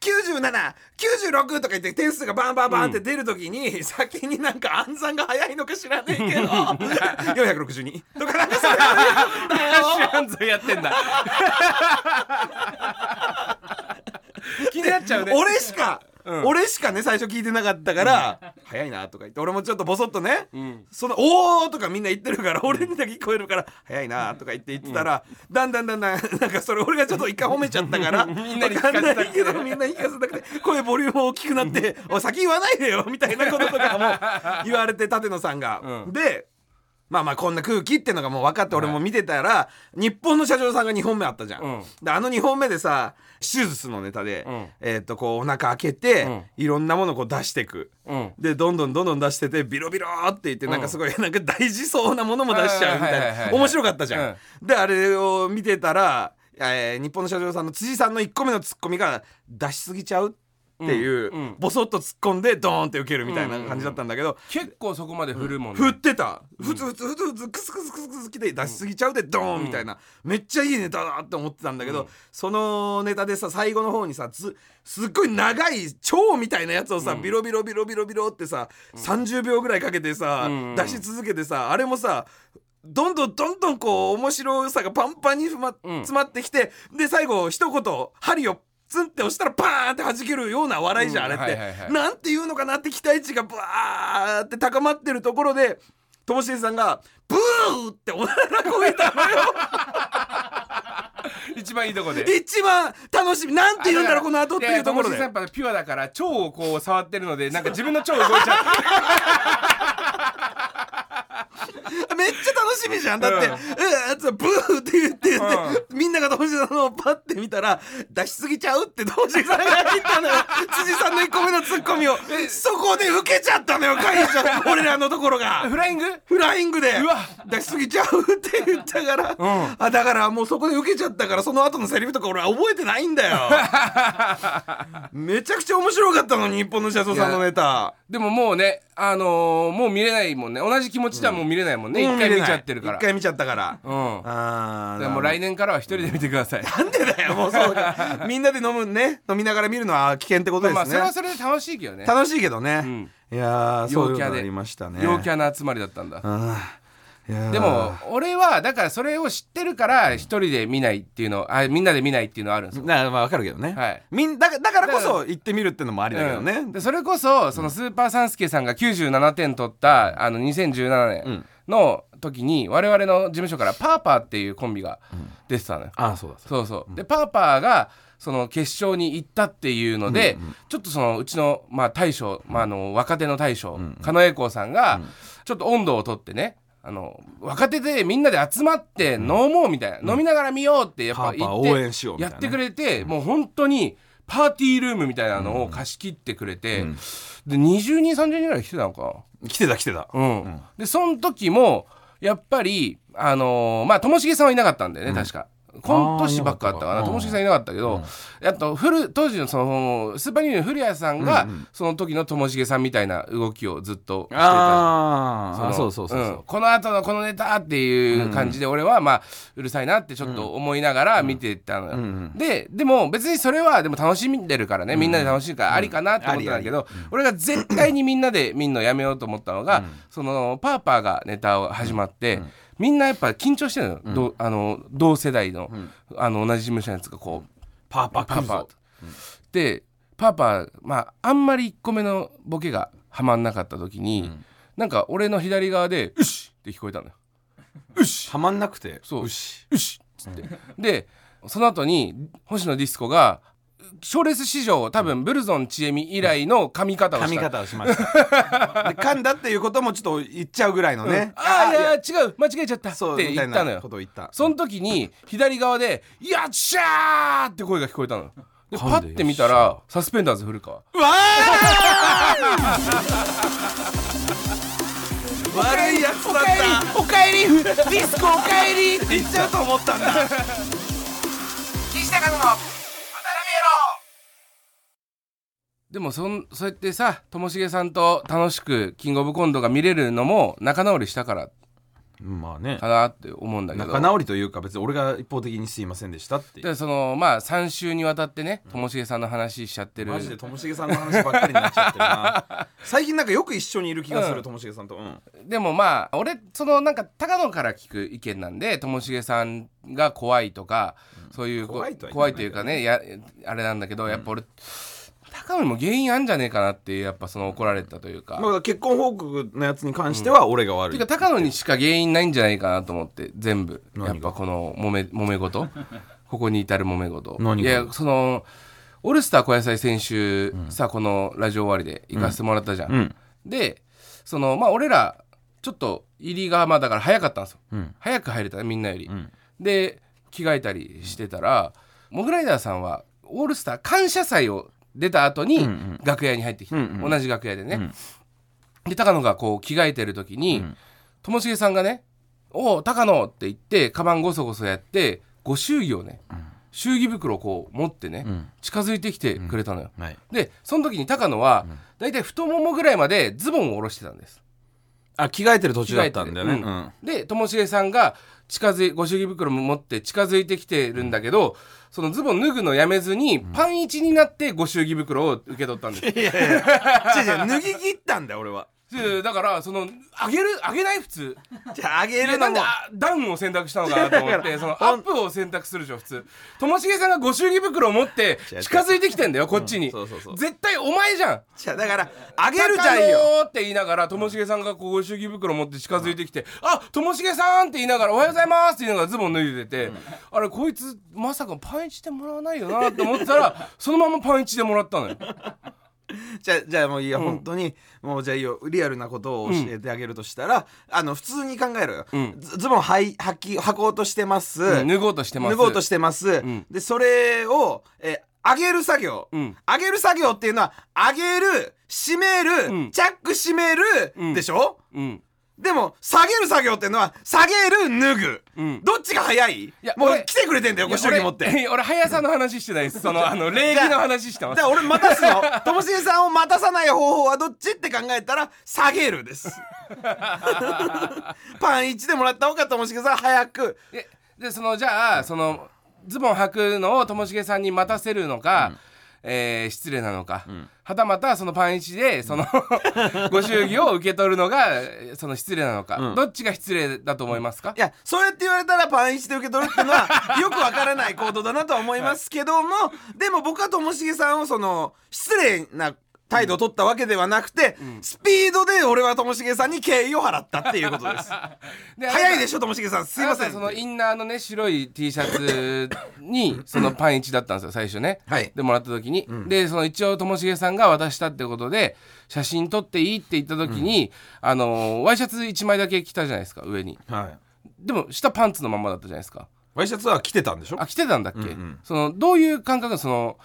989796とか言って点数がバンバンバンって出るときに、先になんか暗算が早いのか知らねえけど462とかなんかそれ知らんぞやってんだ気になっちゃうね俺しか、うん俺しかね最初聞いてなかったから、早いなとか言って俺もちょっとボソッとね、んその「おー」とかみんな言ってるから俺にだけ聞こえるから「早いな」とか言って言ってたら、だんだんだんだんなんかそれ俺がちょっと一回褒めちゃったからみんなに聞かせたくてけどみんなに聞かせたくて声ボリューム大きくなって「おい先言わないでよ」みたいなこととか も言われて舘野さんが。うんでまあまあこんな空気ってのがもう分かって俺も見てたら、日本の社長さんが2本目あったじゃん、うんであの2本目でさ手術のネタで、うんえーっとこうお腹開けて、うんいろんなものをこう出してくうんでどんどんどんどん出しててビロビローって言って、なんかすごいなんか大事そうなものも出しちゃうみはいはいはいたはいいな面白かったじゃん。であれを見てたら、えー日本の社長さんの辻さんの1個目のツッコミが出しすぎちゃうっていう、うんうんボソッと突っ込んでドーンって受けるみたいな感じだったんだけど、結構そこまで振るもんね、振ってたふつふつふつふつクスクスクスクスきて出しすぎちゃうでドーンみたいな、めっちゃいいネタだって思ってたんだけど、そのネタでさ最後の方にさずすっごい長い蝶みたいなやつをさ、ビロビロビロビロビロってさ、30秒ぐらいかけてさ、うん出し続けてさあれもさどんどんどんどんこう面白さがパンパンにふまうん詰まってきて、で最後一言針をツンって押したらパーンって弾けるような笑いじゃん、うんあれって、はいはいはいなんていうのかなって期待値がブワーって高まってるところでともしげさんがブーっておならこえたの よ一番いいとこで一番楽しみなんて言うんだろうこの後っていうとこややともしろでげさんやっぱピュアだから腸をこう触ってるのでなんか自分の腸動いちゃめっちゃ楽しみじゃんだって、うん、あいつはブーって言ってみんながともしげさんのをパッて見たら出しすぎちゃうってともしげさんが言ったのよ辻さんの1個目のツッコミをそこで受けちゃったのよ会社俺らのところがうフライングフライングでうわ出しすぎちゃうって言ったから、あだからもうそこで受けちゃったからその後のセリフとか俺は覚えてないんだ よめちゃくちゃ面白かったの日本の社長さんのネタでももうねあのーもう見れないもんね同じ気持ちではもう見れないもんね一、うん回れ見ないちゃってるから一回見ちゃったから、あうんあーだからもう来年からは一人で見てください、 なんでだよもうそ うかみんなで飲むね飲みながら見るのは危険ってことですまあそね、れはそれで楽しいけどね楽しいけどね、いやーそうい陽うキャのでありましたね陽キャな集まりだったんだあーいやーでも俺はだからそれを知ってるから一人で見ないっていうのあみんなで見ないっていうのはあるんですよなまあわかるけどね、はいみんだだからこそ行ってみるってのもありだけどね、うんでそれこそそのスーパーサンスケさんが97点取ったあの2017年の時に我々の事務所からパーパーっていうコンビが出てたのよ、ああそうだそうそうでパーパーがその決勝に行ったっていうので、ちょっとそのうちの、まあ、大将、まあ、あの若手の大将狩野英孝さんが、ちょっと温度をとってねあの若手でみんなで集まって飲もうみたいな、飲みながら見ようってやっぱパーパ言ーって応援しようみたいやなってくれて、もう本当にパーティールームみたいなのを貸し切ってくれて、で20人30人ぐらい来てたのか来てた来てた、な、うんでその時もやっぱりあのーまあともしげさんはいなかったんだよね、確か。今年ばっかあったかあーいなかったなかともしげさんいなかったけど、あと古当時のそのスーパーニューの古谷さんが、その時のともしげさんみたいな動きをずっとしてたあーあそうそうそうそう、んこの後のこのネタっていう感じで俺はまあうるさいなってちょっと思いながら見てたのよ、ででも別にそれはでも楽しんでるからねみんなで楽しいからありかなって思ってたんだけど、俺が絶対にみんなで見んのやめようと思ったのが、そのパーパーがネタを始まって、みんなやっぱ緊張してるのよ、どうあの同世代の,、あの同じ事務所のやつがこうパーパーパ来ーるパーぞでパーパーまああんまり1個目のボケがはまんなかった時に、なんか俺の左側で「うし!」って聞こえたのよ。うしはまんなくてそううしうしっつって、でその後に星野ディスコが「賞レース史上多分ブルゾンちえみ以来の噛み方をした噛み方をしました。で噛んだっていうこともちょっと言っちゃうぐらいのね。ああいいやや違う間違えちゃったっそうてみた言いったのよなことを言った。その時に左側で「やっしゃー!」って声が聞こえたのでパッて見たらサスペンダーズ古川わー 悪いやつだった。おかえりディスコおかえり行っちゃうと思ったんだ。岸田和の渡辺でもそんそうやってさともしげさんと楽しくキングオブコントが見れるのも仲直りしたから野郎。まあねか。なって思うんだけど仲直りというか別に俺が一方的にすいませんでしたっていうでそのまあ3週にわたってねともしげさんの話しちゃってるマジでともしげさんの話ばっかりになっちゃってる な最近なんかよく一緒にいる気がすうるんともしげさんと、うん、でもまあ俺そのなんか高野から聞く意見なんでともしげさんが怖いとか、そういうこ怖いとは言わ怖ないいというかねやあれなんだけど、やっぱ俺高野にも原因あんじゃねえかなってやっぱその怒られたというか。まあ、結婚報告のやつに関しては俺が悪てい、か高野にしか原因ないんじゃないかなと思って全部何やがっぱこの揉め揉め 事ここに至る揉め事何いがやその「オールスター小野菜」先週、さこのラジオ終わりで行かせてもらったじゃん、うんでそのまあ俺らちょっと入りがまあだから早かったんですよ、うん早く入れたねみんなより、んで着替えたりしてたら、モグライダーさんは「オールスター感謝祭」を出た後にんうん楽屋に入ってきて、うんうん同じ楽屋でね、うんで高野がこう着替えてる時に、うんともしげさんがね「おお高野!」って言ってカバンごそごそやってご祝儀をね、祝儀袋をこう持ってね、うん近づいてきてくれたのよ、はい、でその時に高野は大体太ももぐらいまでズボンを下ろしてたんですあ着替えてる途中だったんだよね、着替えてうんでともしげさんが近づいご祝儀袋も持って近づいてきてるんだけど、そのズボン脱ぐのやめずに、パン一になってご祝儀袋を受け取ったんですいやいや違う違う脱ぎ切ったんだよ俺はでだからそのあげるあげない普通じゃああげいやるなのんでもあダウンを選択したのかなと思っいてやだそかのらアップを選択するでしょ普通ともしげさんがご祝儀袋を持って違う違う近づいてきてんだよこっちに、そうそうそう絶対お前じゃんじゃあだからあげあるじゃんよって言いながらともしげさんがこうご祝儀袋持って近づいてきて「あともしげさん!」って言いながら「おはようございます!」って言いながらズボン脱いでて、あれこいつまさかパンイチでもらわないよなって思ってたら そのままパンイチでもらったのよ。じゃあじゃあもういいよ、本当にもうじゃあいいよリアルなことを教えてあげるとしたら、あの普通に考えろよ、んズズボンはい履き履こうとしてます、うん脱ごうとしてます脱ごうとしてます、んでそれを、えー上げる作業、うん上げる作業っていうのは上げる締める、うんチャック締める、んでしょうんでも下げる作業っていうのは下げる脱ぐ、うんどっちが早いやもう俺来てくれてんだよご祝儀持っ ていや俺俺速さの話してないですそのあの礼儀の話してま じすゃあ俺待たすのともしげさんを待たさない方法はどっちって考えたら下げ るですパン1でもらった方がともしげさん早くででそのじゃあそのズボン履くのをともしげさんに待たせるのか、えー失礼なのか、はたまたそのパンイチで そのご祝儀を受け取るのがえーその失礼なのか、んどっちが失礼だと思いますかい、やそうやって言われたらパン1で受け取るっていうのはよくわからない行動だなとは思いますけどもでも僕はともしげさんをその失礼な態度を取ったわけではなくて、スピードで俺はともしげさんに敬意を払ったっていうことです早いでししょともしげさんすすいいまませせんんそのインナーのね白い T シャツにそのパンイチだったんですよ最初ね、はいでもらった時に、でその一応ともしげさんが渡したってことで写真撮っていいって言った時に、あのワイシャツ1枚だけ着たじゃないですか上にはいでも下パンツのまんまだったじゃないですかワイシャツは着てたんでしょあ着てたんだっけ、うんうんそのどういう感覚そ の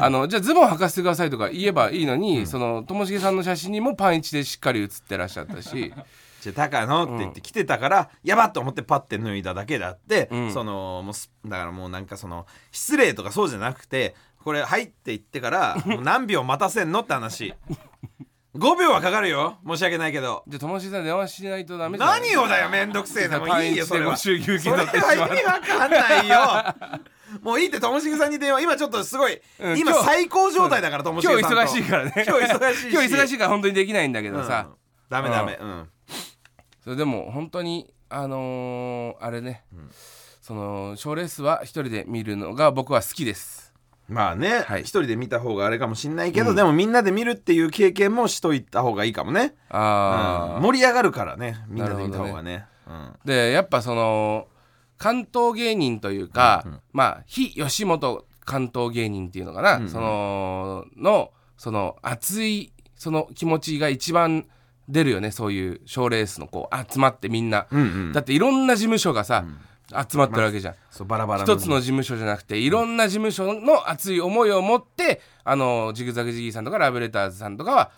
あのじゃあズボン履かせてくださいとか言えばいいのに、そのともしげさんの写真にもパンイチでしっかり写ってらっしゃ ったしじゃあ高野って言って来てたから、やばっと思ってパッて脱いだだけであって、んそのもうすだからもうなんかその失礼とかそうじゃなくてこれ「はい」って言ってからもう何秒待たせんのって話 5秒はかかるよ申し訳ないけどじゃあともしげさんに電話しないとダメじゃない何をだよめんどくせえなもパうンいいイよチそでれごはそれ祝儀受けは取ってしまう意味わかんないよ もういいってともしげさんに電話今ちょっとすごい、うん今今日最高状態だからともし今げ日さんと忙しいからね 今日忙しいし今日忙しいから本当にできないんだけどうんさ、ダメダメうんそれでも本当にあのーあれね、その賞レースは一人で見るのが僕は好きですまあね、はい一人で見た方があれかもしんないけど、でもみんなで見るっていう経験もしといた方がいいかもね、ああ、うん盛り上がるからねみんなで見た方がねうんでやっぱその関東芸人というか、まあ非吉本関東芸人っていうのかな、んそののその熱いその気持ちが一番出るよねそういう賞ーレースのこう集まってみんな、うんうんだっていろんな事務所がさ、集まってるわけじゃん、そうバラバラ一つの事務所じゃなくていろんな事務所の熱い思いを持ってあのジグザグジギーさんとかラブレターズさんとかは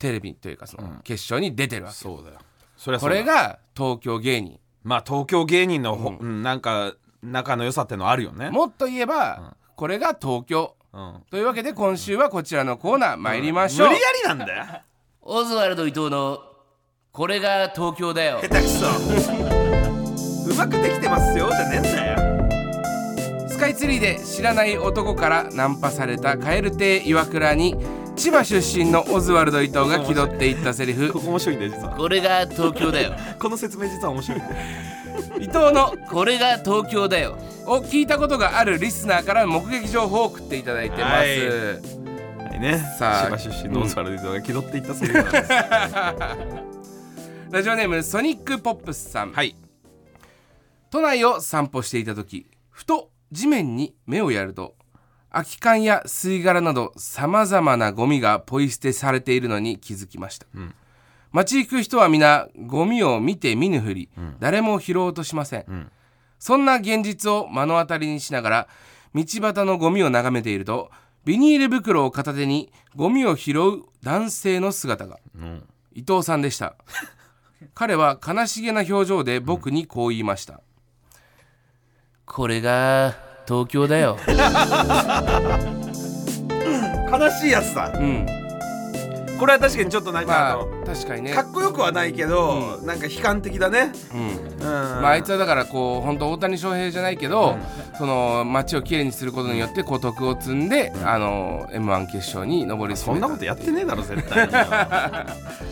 テレビというかその決勝に出てるわけ、そうだよそれはこれが東京芸人まあ東京芸人のほ、うんなんか仲の良さってのあるよ ねもっと言えば、これが東京うんというわけで今週はこちらのコーナー参りましょう、無理やりなんだよオズワルド伊藤のこれが東京だよ下手くそうまくできてますよじゃねえんだよスカイツリーで知らない男からナンパされたカエル亭イワクラに千葉出身のオズワルド伊藤が気取っていったセリ フここ面白いんだよ実はこれが東京だよこの説明実は面白いんだよ伊藤のこれが東京だよを聞いたことがあるリスナーから目撃情報を送っていただいてます、ははいねさあ千葉出身のオズワルド伊藤が気取っていったそうでございますラジオネームソニックポップスさん、はい都内を散歩していた時ふと地面に目をやると空き缶や吸い殻などさまざまなゴミがポイ捨てされているのに気づきました、街行く人は皆ゴミを見て見ぬふり、誰も拾おうとしません、そんな現実を目の当たりにしながら道端のゴミを眺めているとビニール袋を片手にゴミを拾う男性の姿が、伊藤さんでした彼は悲しげな表情で僕にこう言いました、これが東京だよ悲しいやつだうん、これは確かにちょっとなんか、まああの確かにねかっこよくはないけど、なんか悲観的だねうんうん、まあ、あいつはだからこう本当大谷翔平じゃないけど、その街をきれいにすることによってこう徳を積んで、あの m 1決勝に上りそ詰んめなたことやってねえだろ絶 対にカ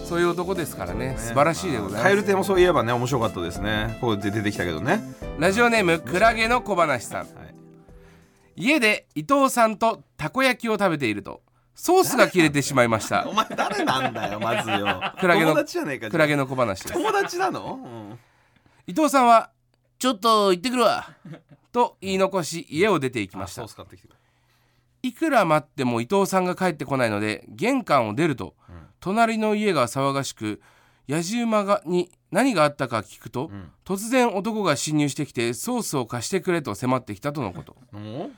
そういう男ですからね素晴らしいでござエいまル亭もそういえばね面白かったですねここで出てきたけどねすラジオネームクラゲの小話さん、はい家で伊藤さんとたこ焼きを食べているとソースが切れてしまいましたお前誰なんだよまずよクラゲの友達じゃねえかクラゲの小話です友達なの、伊藤さんはちょっと行ってくるわと言い残し家を出て行きうん、ましたス買ってきてくれいくら待っても伊藤さんが帰ってこないので玄関を出ると、隣の家が騒がしくやじ馬がに何があったか聞くと、突然男が侵入してきてソースを貸してくれと迫ってきたとのことも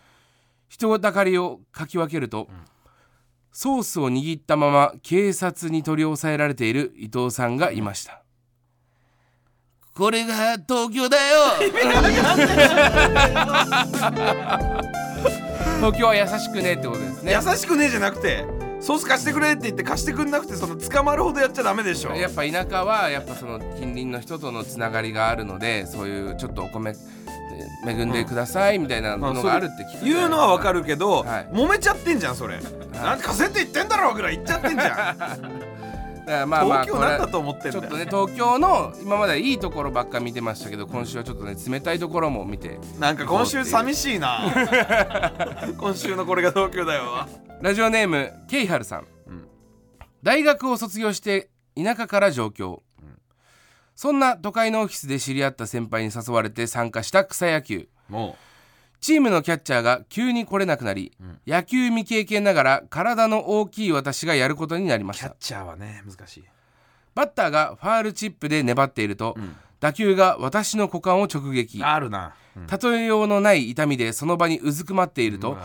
人だかりをかき分けると、ソースを握ったまま警察に取り押さえられている伊藤さんがいました、これが東京だよ 東京は優しくねってことですうね優しくねえじゃなくてソース貸してくれって言って貸してくんなくてその捕まるほどやっちゃダメでしょやっぱ田舎はやっぱその近隣の人とのつながりがあるのでそういうちょっとお米えー恵んでくださいみたいなまあのそれがあるって聞く言うのはわかるるけど、はい揉めちゃってんじゃんそれ、なんか貸せって言ってんだろうぐらい言っちゃってんじ ゃんまあまあ東京なんだと思ってんちだょっよとね東京の今まではいいところばっか見てましたけど今週はちょっとね冷たいところも見てなんか今週寂し いな今週のこれが東京だよラジオネームケイハルさん、大学を卒業して田舎から上京、そんな都会のオフィスで知り合った先輩に誘われて参加した草野球もチームのキャッチャーが急に来れなくなり、野球未経験ながら体の大きい私がやることになりまうしキャッたチャーはね難しいバッターがファールチップで粘っていると、打球が私の股間を直撃あるな、うん例えようのない痛みでその場にうずくまっていると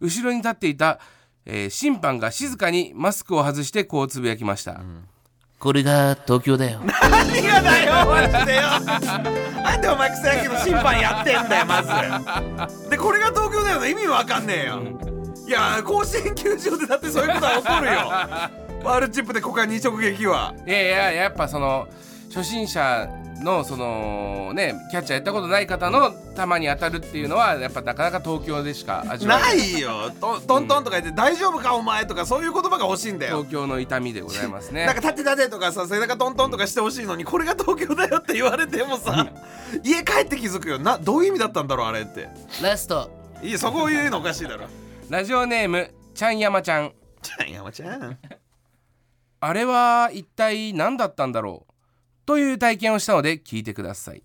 後ろに立っていた、えー審判が静かにマスクを外してこうつぶやきました、これが東京だよ何がだよマジでよ なんでお前草野球の審判やってんだよまずでこれが東京だよの意味わかんねえよいや甲子園球場でだってそういうことは起こ るよワールドチップで股間に直撃はいやいややっぱその初心者のそのねキャッチャーやったことない方の球に当たるっていうのはやっぱなかなか東京でしか味わえないないよトトントンとか言って「大丈夫かお前」とかそういう言葉が欲しいんだよ東京の痛みでございますねなんか立って立てとかさ背中トントンとかしてほしいのにこれが東京だよって言われてもさ家帰って気づくよなどういう意味だったんだろうあれってラストいやそこを言うのおかしいだろラジオネームちゃんやまちゃんちゃんやまちゃんあれは一体何だったんだろうという体験をしたので聞いてください、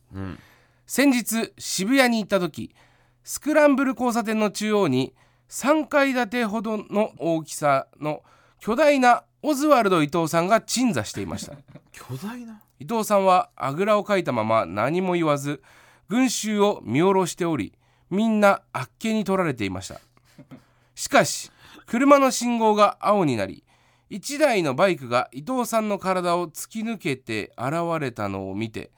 先日渋谷に行った時スクランブル交差点の中央に3階建てほどの大きさの巨大なオズワルド伊藤さんが鎮座していました巨大な伊藤さんはあぐらをかいたまま何も言わず群衆を見下ろしておりみんなあっけに取られていましたしかし車の信号が青になり1台のバイクが伊藤さんの体を突き抜けて現れたのを見て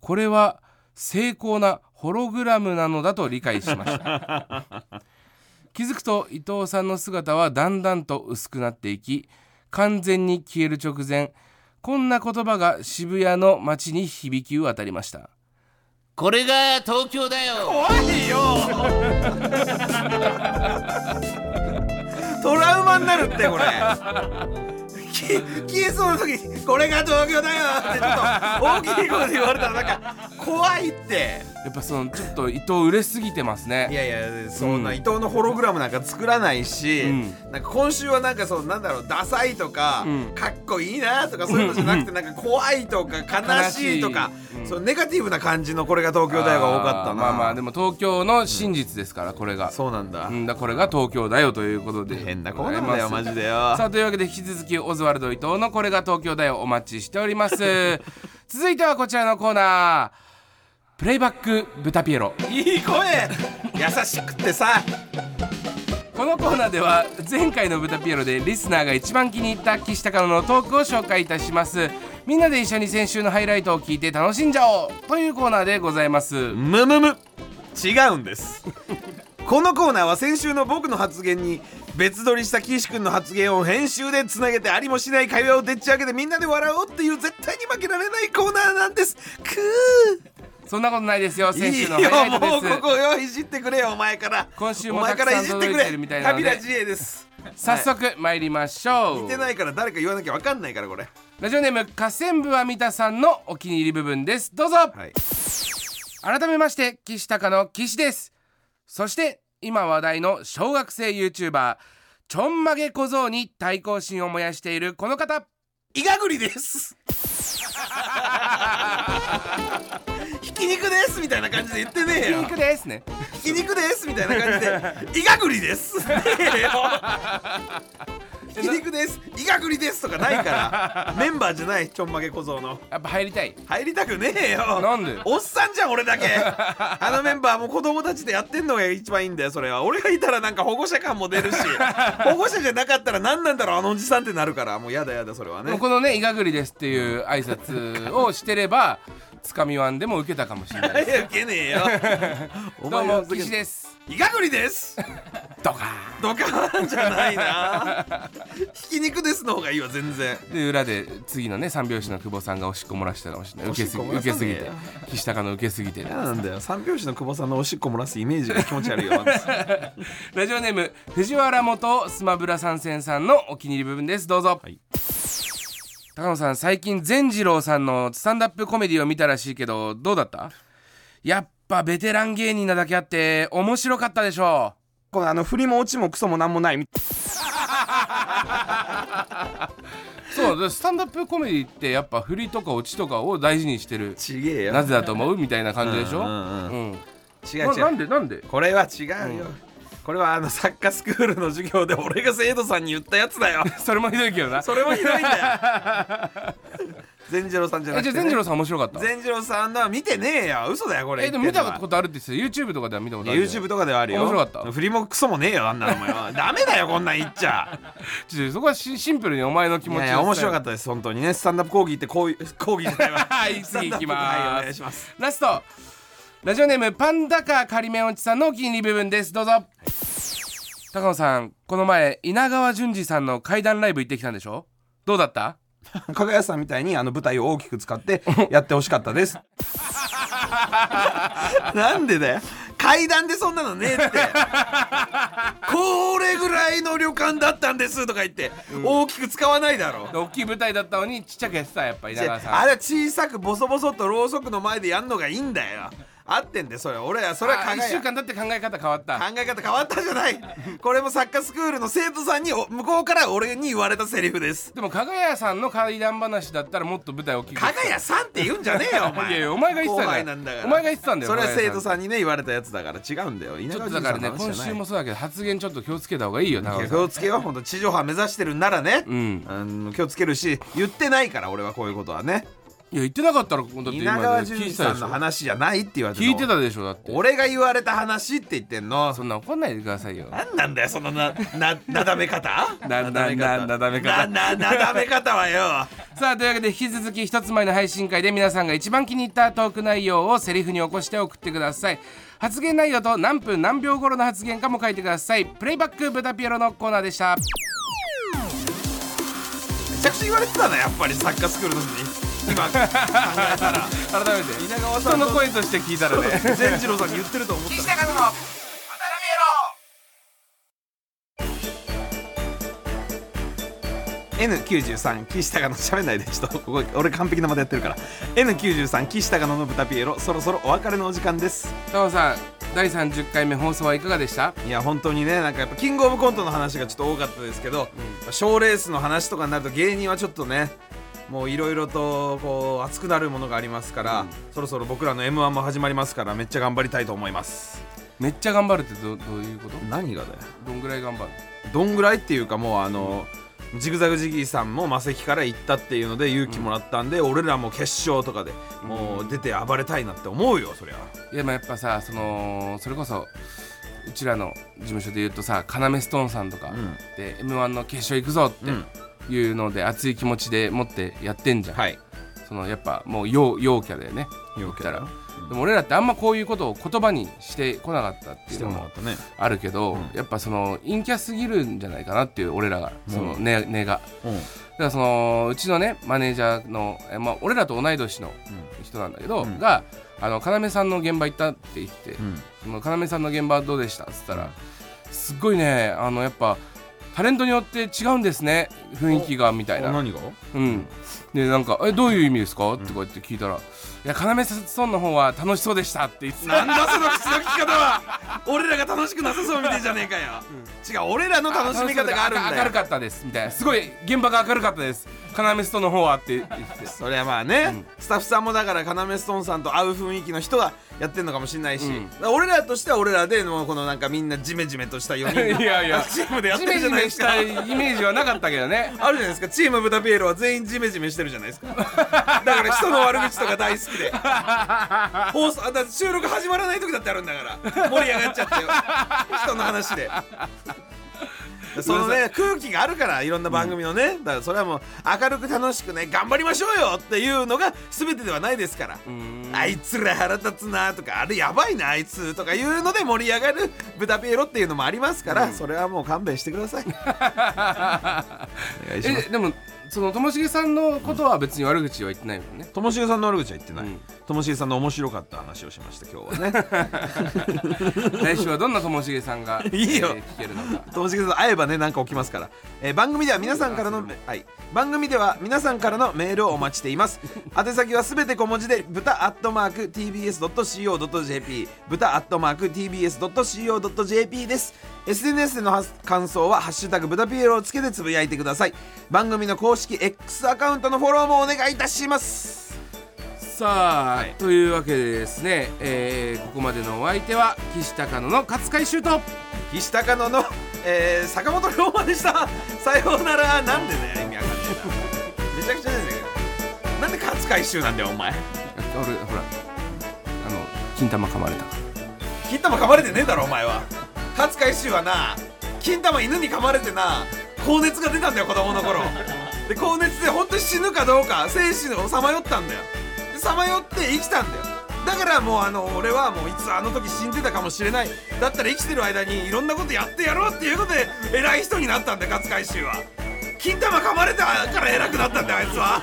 これは精巧なホログラムなのだと理解しました気づくと伊藤さんの姿はだんだんと薄くなっていき完全に消える直前こんな言葉が渋谷の街に響き渡りましたこれが東京だよ怖いよトラウマになるってこれき消えそうな時に「これが東京だよ」ってちょっと大きい声で言われたらなんか怖いってやっぱそのちょっと伊藤売れすぎてますいねやいやそんな、うん伊藤のホログラムなんか作らないし、うんなんか今週はなんかそのなんだろうダサいとか、うんかっこいいなとかそういうのじゃなくてなんか怖いとか悲しいとか悲しいうんそのネガティブな感じのこれが東京だよが多かっあーたなまあまあでも東京の真実ですからこれがそうなんだ、うんだこれが東京だよということで変な子なんだよマジでよさあというわけで引き続きオズワルド伊藤のこれが東京だよお待ちしております続いてはこちらのコーナープレイバック豚ピエロいい声優しくてさこのコーナーでは前回の「ブタピエロ」でリスナーが一番気に入った岸高野のトークを紹介いたしますみんなで一緒に先週のハイライトを聞いて楽しんじゃおうというコーナーでございますむむむ違うんですこのコーナーは先週の僕の発言に別撮りした岸君の発言を編集でつなげてありもしない会話をでっち上げてみんなで笑おうっていう絶対に負けられないコーナーなんですくそんなことないですよー先いい週よのハイライもトうでここよいじってくれよお前から今週もお前からいじたってくくさん届いてれるみたいなので旅立ち絵ですす早速参りましょう、見てないから誰か言わなきゃわかんないからこれラジオネーム河川部は三田さんのお気に入り部分ですどうぞ、はい改めまして岸高の岸ですそして今話題の小学生 YouTuber ちょんまげ小僧に対抗心を燃やしているこの方イガグリです。ひき肉ですみたいな感じで言ってねえ筋よ肉。ですねひき肉ですみたいな感じでイガグリです。ねえよ。ひき肉です。イガグリですとかないから。メンバーじゃないちょんまげ小僧の。やっぱ入りたい入りたくねえよ。なんでおっさんじゃん俺だけ。あのメンバーも子供たちでやってんのが一番いいんだよそれは。俺がいたらなんか保護者感も出るし、保護者じゃなかったら何なんだろうあのおじさんってなるからもうやだやだそれはでも ね。このね「いがぐりです」っていう挨拶をしてればつかみワンでも受けたかもしれないです受けねえよ。 おどう前はもふざけん岸なですイガグリです。ドカードカーンじゃないな。ひき肉ですの方がいいわ全然。ンで裏で次のね三拍子の久保さんがおしっこ漏らしたかもしれない受けすぎおしっこ漏受らさけねすえぎよて岸高の受けすぎて嫌なんだよ。三拍子の久保さんのおしっこ漏らすイメージが気持ち悪いよ。ラジオネーム藤原元スマブラ参戦さんのお気に入り部分ですどうぞ、い高野さん最近善次郎さんのスタンダップコメディを見たらしいけどどうだったやっぱベテラン芸人なだけあって面白かったでしょこのあの振りも落ちもクソもなんもない。うそうでスタンダップコメディってやっぱ振りとかオチとかを大事にしてるちげえよ。なぜだと思うみたいな感じでしょうんうんううん違うな違なう。んでなんでこれは違うよ。これはあのサッカースクールの授業で俺が生徒さんに言ったやつだよ。それもひどいけどなそれもひどいんだ よ。善次郎さんじゃえなくじゃて、あね。善次郎さん面白かった善次郎さんのは見てねえよ。嘘だよこれ。えでも見た言ってんのはことあるって言ってた YouTube とかでは見たことあるよ YouTube とかではあるよ面白かった振りもクソもねえよあんなのお 前はダメだよこんなん言っちゃちょそこはシシンプルにお前の気い持ちやいや面白かったです本当にねスタンダップ講義ってこういう講義じゃないわはい 次行きますスタンダップはいお願いしますラストラジオネームパンダカー仮面おじさんのお気に入り部分ですどうぞ、高野さんこの前稲川淳二さんの怪談ライブ行ってきたんでしょどうだった加賀屋さんみたいにあの舞台を大きく使ってやってほしかっ たですなんでだよ階段でそんな のねえってこれぐらいの旅館だったんですとか言って大きく使わないだろ大きい舞台だったのにちっちゃくやってたやっぱ稲川さんあれは小さくボソボソとろうそくの前でやんのがいいんだよ合ってんでそれ俺はそそれれは考はえ1週間経って考え方変わった考え方変わったじゃないこれもサッカースクールの生徒さんにお向こうから俺に言われたセリフですでも加賀谷さんの怪談話だったらもっと舞台大きく加賀谷さんって言うんじゃね えよお前いやいやお前が言ってたじゃん後輩なんだからお前が言ってたんだよそれは加賀生谷徒ささんにね言われたやつだから違うんだよちょっとだからね今週もそうだけど発言ちょっと気をつけた方がいいよ長尾気さんをつけよう本当地上波目指してるんならね、うんあの気をつけるし言ってないから俺はこういうことはねいや言ってなかったらだって今稲川聞淳い二てたさでんしのょ話じゃないって言われて聞いてたでしょだって俺が言われた話って言ってんのそんな怒んないでくださいよなんなんだよそのなななだめ方ななななだめ方なななだめ方はよさあというわけで引き続き一つ前の配信会で皆さんが一番気に入ったトーク内容をセリフに起こして送ってください発言内容と何分何秒頃の発言かも書いてくださいプレイバックブタピエロのコーナーでしためちゃくちゃ言われてたなやっぱりサッカースクールの時に今考えたら改めて稲川さ人んのの声として聞いたらね善次郎さんに言ってると思ったエロ N93 岸高野喋んないでちょっとここ俺完璧なまでやってるから N93 岸高野の豚ピエロそろそろお別れのお時間です タモさん第30回目放送はいかがでしたいや本当にねなんかやっぱキングオブコントの話がちょっと多かったですけど賞、ーレースの話とかになると芸人はちょっとねもういろいろとこう熱くなるものがありますから、そろそろ僕らの m 1も始まりますからめっちゃ頑張りたいと思いますめっちゃ頑張るってどどういうこと何がだよどんぐらい頑張るどんぐらいっていうかもうあの、ジグザグジギーさんもマセキから行ったっていうので勇気もらったんで、俺らも決勝とかでもう出て暴れたいなって思うよそりゃいやまあやっぱさそのそれこそうちらの事務所で言うとさ要ストーンさんとかんで m 1の決勝行くぞっていうので熱い気持ちで持ってやってんじゃん、はいそのやっぱもう陽陽キャだよね陽言っキたャらだ、でも俺らってあんまこういうことを言葉にしてこなかったっていしうてのもらもったねあるけど、やっぱその陰キャすぎるんじゃないかなっていう俺らがその根、根がうだからそのうちのねマネージャーの、えまあ、俺らと同い年の人なんだけど、があの要さんの現場行ったって言って、んその要さんの現場どうでしたっつったら、すっごいねあのやっぱタレントによって違うんですね雰囲気がみたいあな。何がうん、でなんか「えどういう意味ですか?」ってこうやって聞いたら「いや要さんの方は楽しそうでした」って言ってたなんだその口の利き方は俺らが楽しくなさそうみてえじゃねえかよ、違う俺らの楽しみ方があるんだよ明るかったですみたいなすごい現場が明るかったです要さんの方はって言っててそりゃまあね、スタッフさんもだから要ストーンさんと会う雰囲気の人がやってんのかもしれないし、うんだから俺らとしては俺らでもうこのなんかみんなジメジメとした4人いやいやチームでやってジるメじゃジないでメしすかたイメージはなかったけどねあるじゃないですかチームブタピエロは全員ジメジメしてるじゃないですかだから人の悪口とか大好きで放送あだって収録始まらない時だってあるんだから盛り上がっちゃってよ人の話でそのね空気があるからいろんな番組のね、だからそれはもう明るく楽しくね頑張りましょうよっていうのが全てではないですからあいつら腹立つなとかあれやばいなあいつとかいうので盛り上がるブタピエロっていうのもありますから、それはもう勘弁してくださいお願いしますえでもそのともしげさんのことは別に悪口は言ってないもんね、ともしげさんの悪口は言ってなういんともしげさんの面白かった話をしました今日はね 来週はどんなともしげさん がいいよえー聞けるのかともしげさん会えばねなんか起きますから、えー番組では皆さんからの、はい、番組では皆さんからのメールをお待ちしています宛先はすべて小文字で豚アットマーク TBS.CO.JP 豚アットマーク TBS.CO.JP です SNS でのは感想は「ハッシュタグ豚ピエロ」をつけてつぶやいてください番組の公式 X アカウントのフォローもお願いいたしますさあ、というわけでですね、えーここまでのお相手は岸高野の勝海舟と岸高野の、えー坂本龍馬でしたさようならなんでだよ意味わかんねえなめちゃくちゃ出てくるなんで勝海舟なんだよお前俺ほらあの金玉噛まれた金玉噛まれてねえだろお前は勝海舟はな金玉犬に噛まれてな高熱が出たんだよ子供の頃で高熱で本当に死ぬかどうか生死をさまよったんだよでさまよって生きたんだよだからもうあの俺はもういつあの時死んでたかもしれないだったら生きてる間にいろんなことやってやろうっていうことで偉い人になったんだよ勝海舟は金玉噛まれたから偉くなったんだよあいつは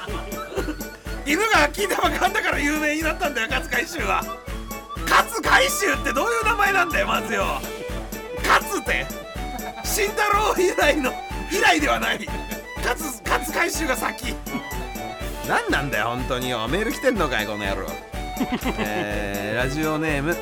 犬が金玉噛んだから有名になったんだよ勝海舟は勝海舟ってどういう名前なんだよまずよ勝って慎太郎以来の以来ではない勝勝海舟が先何なんだよ本当によメール来てんのかいこの野郎えーラジオネーム、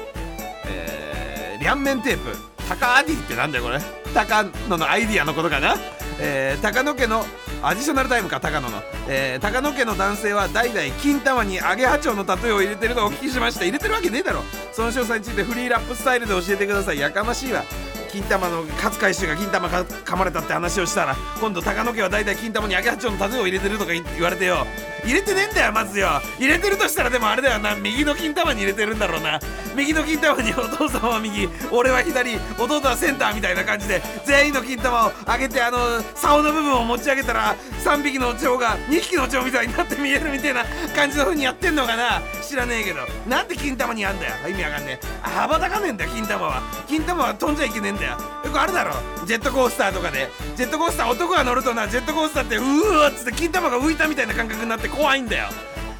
えー、両面テープタカアディってなんだよこれタカノのアイディアのことかな、えー、高野家のアディショナルタイムか高野の、えー、高野家の男性は代々金玉にアゲハチョウのタトゥーを入れてるのをお聞きしました入れてるわけねえだろその詳細についてフリーラップスタイルで教えてくださいやかましいわ金玉の勝海舟が金玉か噛まれたって話をしたら今度高野家は大体金玉にアゲハチョウのタトゥーを入れてるとか言言われてよ入れてねえんだよまずよ入れてるとしたらでもあれだよな右の金玉に入れてるんだろうな右の金玉にお父様は右俺は左弟はセンターみたいな感じで全員の金玉を上げてあの竿の部分を持ち上げたら3匹の蝶が2匹の蝶みたいになって見えるみたいな感じの風にやってんのかな知らねえけどなんで金玉にあんだよ意味わかんねえあ羽ばたかねえんだよ金玉は金玉は飛んじゃいけねえんだよよくあるだろジェットコースターとかでジェットコースター男が乗るとなジェットコースターってうーわっつって金玉が浮いたみたいな感覚になって怖いんだよ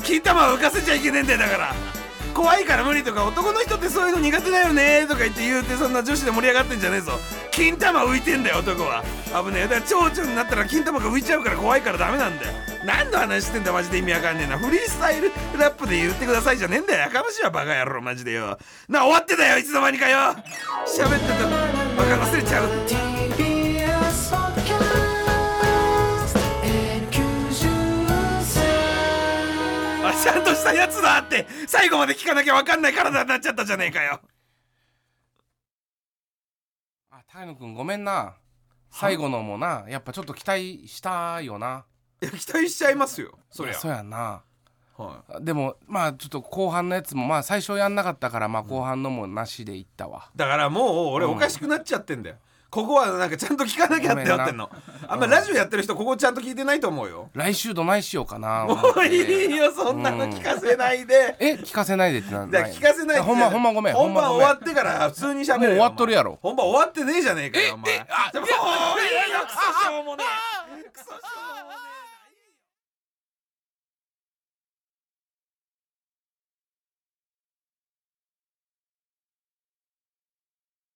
金玉を浮かせちゃいけねえんだよだから怖いから無理とか男の人ってそういうの苦手だよねとか言って言うてそんな女子で盛り上がってんじゃねえぞ金玉浮いてんだよ男は危ねえだから蝶々になったら金玉が浮いちゃうから怖いからダメなんだよ何の話してんだマジで意味わかんねえなフリースタイルラップで言ってくださいじゃねえんだよやかましいわバカ野郎マジでよなあ終わってたよいつの間にかよ喋ってたバカ忘れちゃう TBS ポッドキャスト N93 あちゃんとしたやつだって最後まで聞かなきゃわかんない体になっちゃったじゃねえかよあタイム君ごめんな最後のもなやっぱちょっと期待したよないや期待しちゃいますよそりゃそうやんなはでもまあちょっと後半のやつもまあ最初やんなかったからまあ後半のもなしでいったわ、いだからもう俺おかしくなっちゃってんだよ、ここはなんかちゃんと聞かなきゃってなってんのあんまラジオやってる人ここちゃんと聞いてないと思うよ来週どないしようかなもういいよそんなの聞かせないで、え聞かせないでってなんだから聞かせないでほんまほんまごめん本番終わてってから普通に喋れよもう終わっとるやろお前本番終わってねえじゃねえかよお前えあでももういいよクソしょうもねえクソしょうもねえ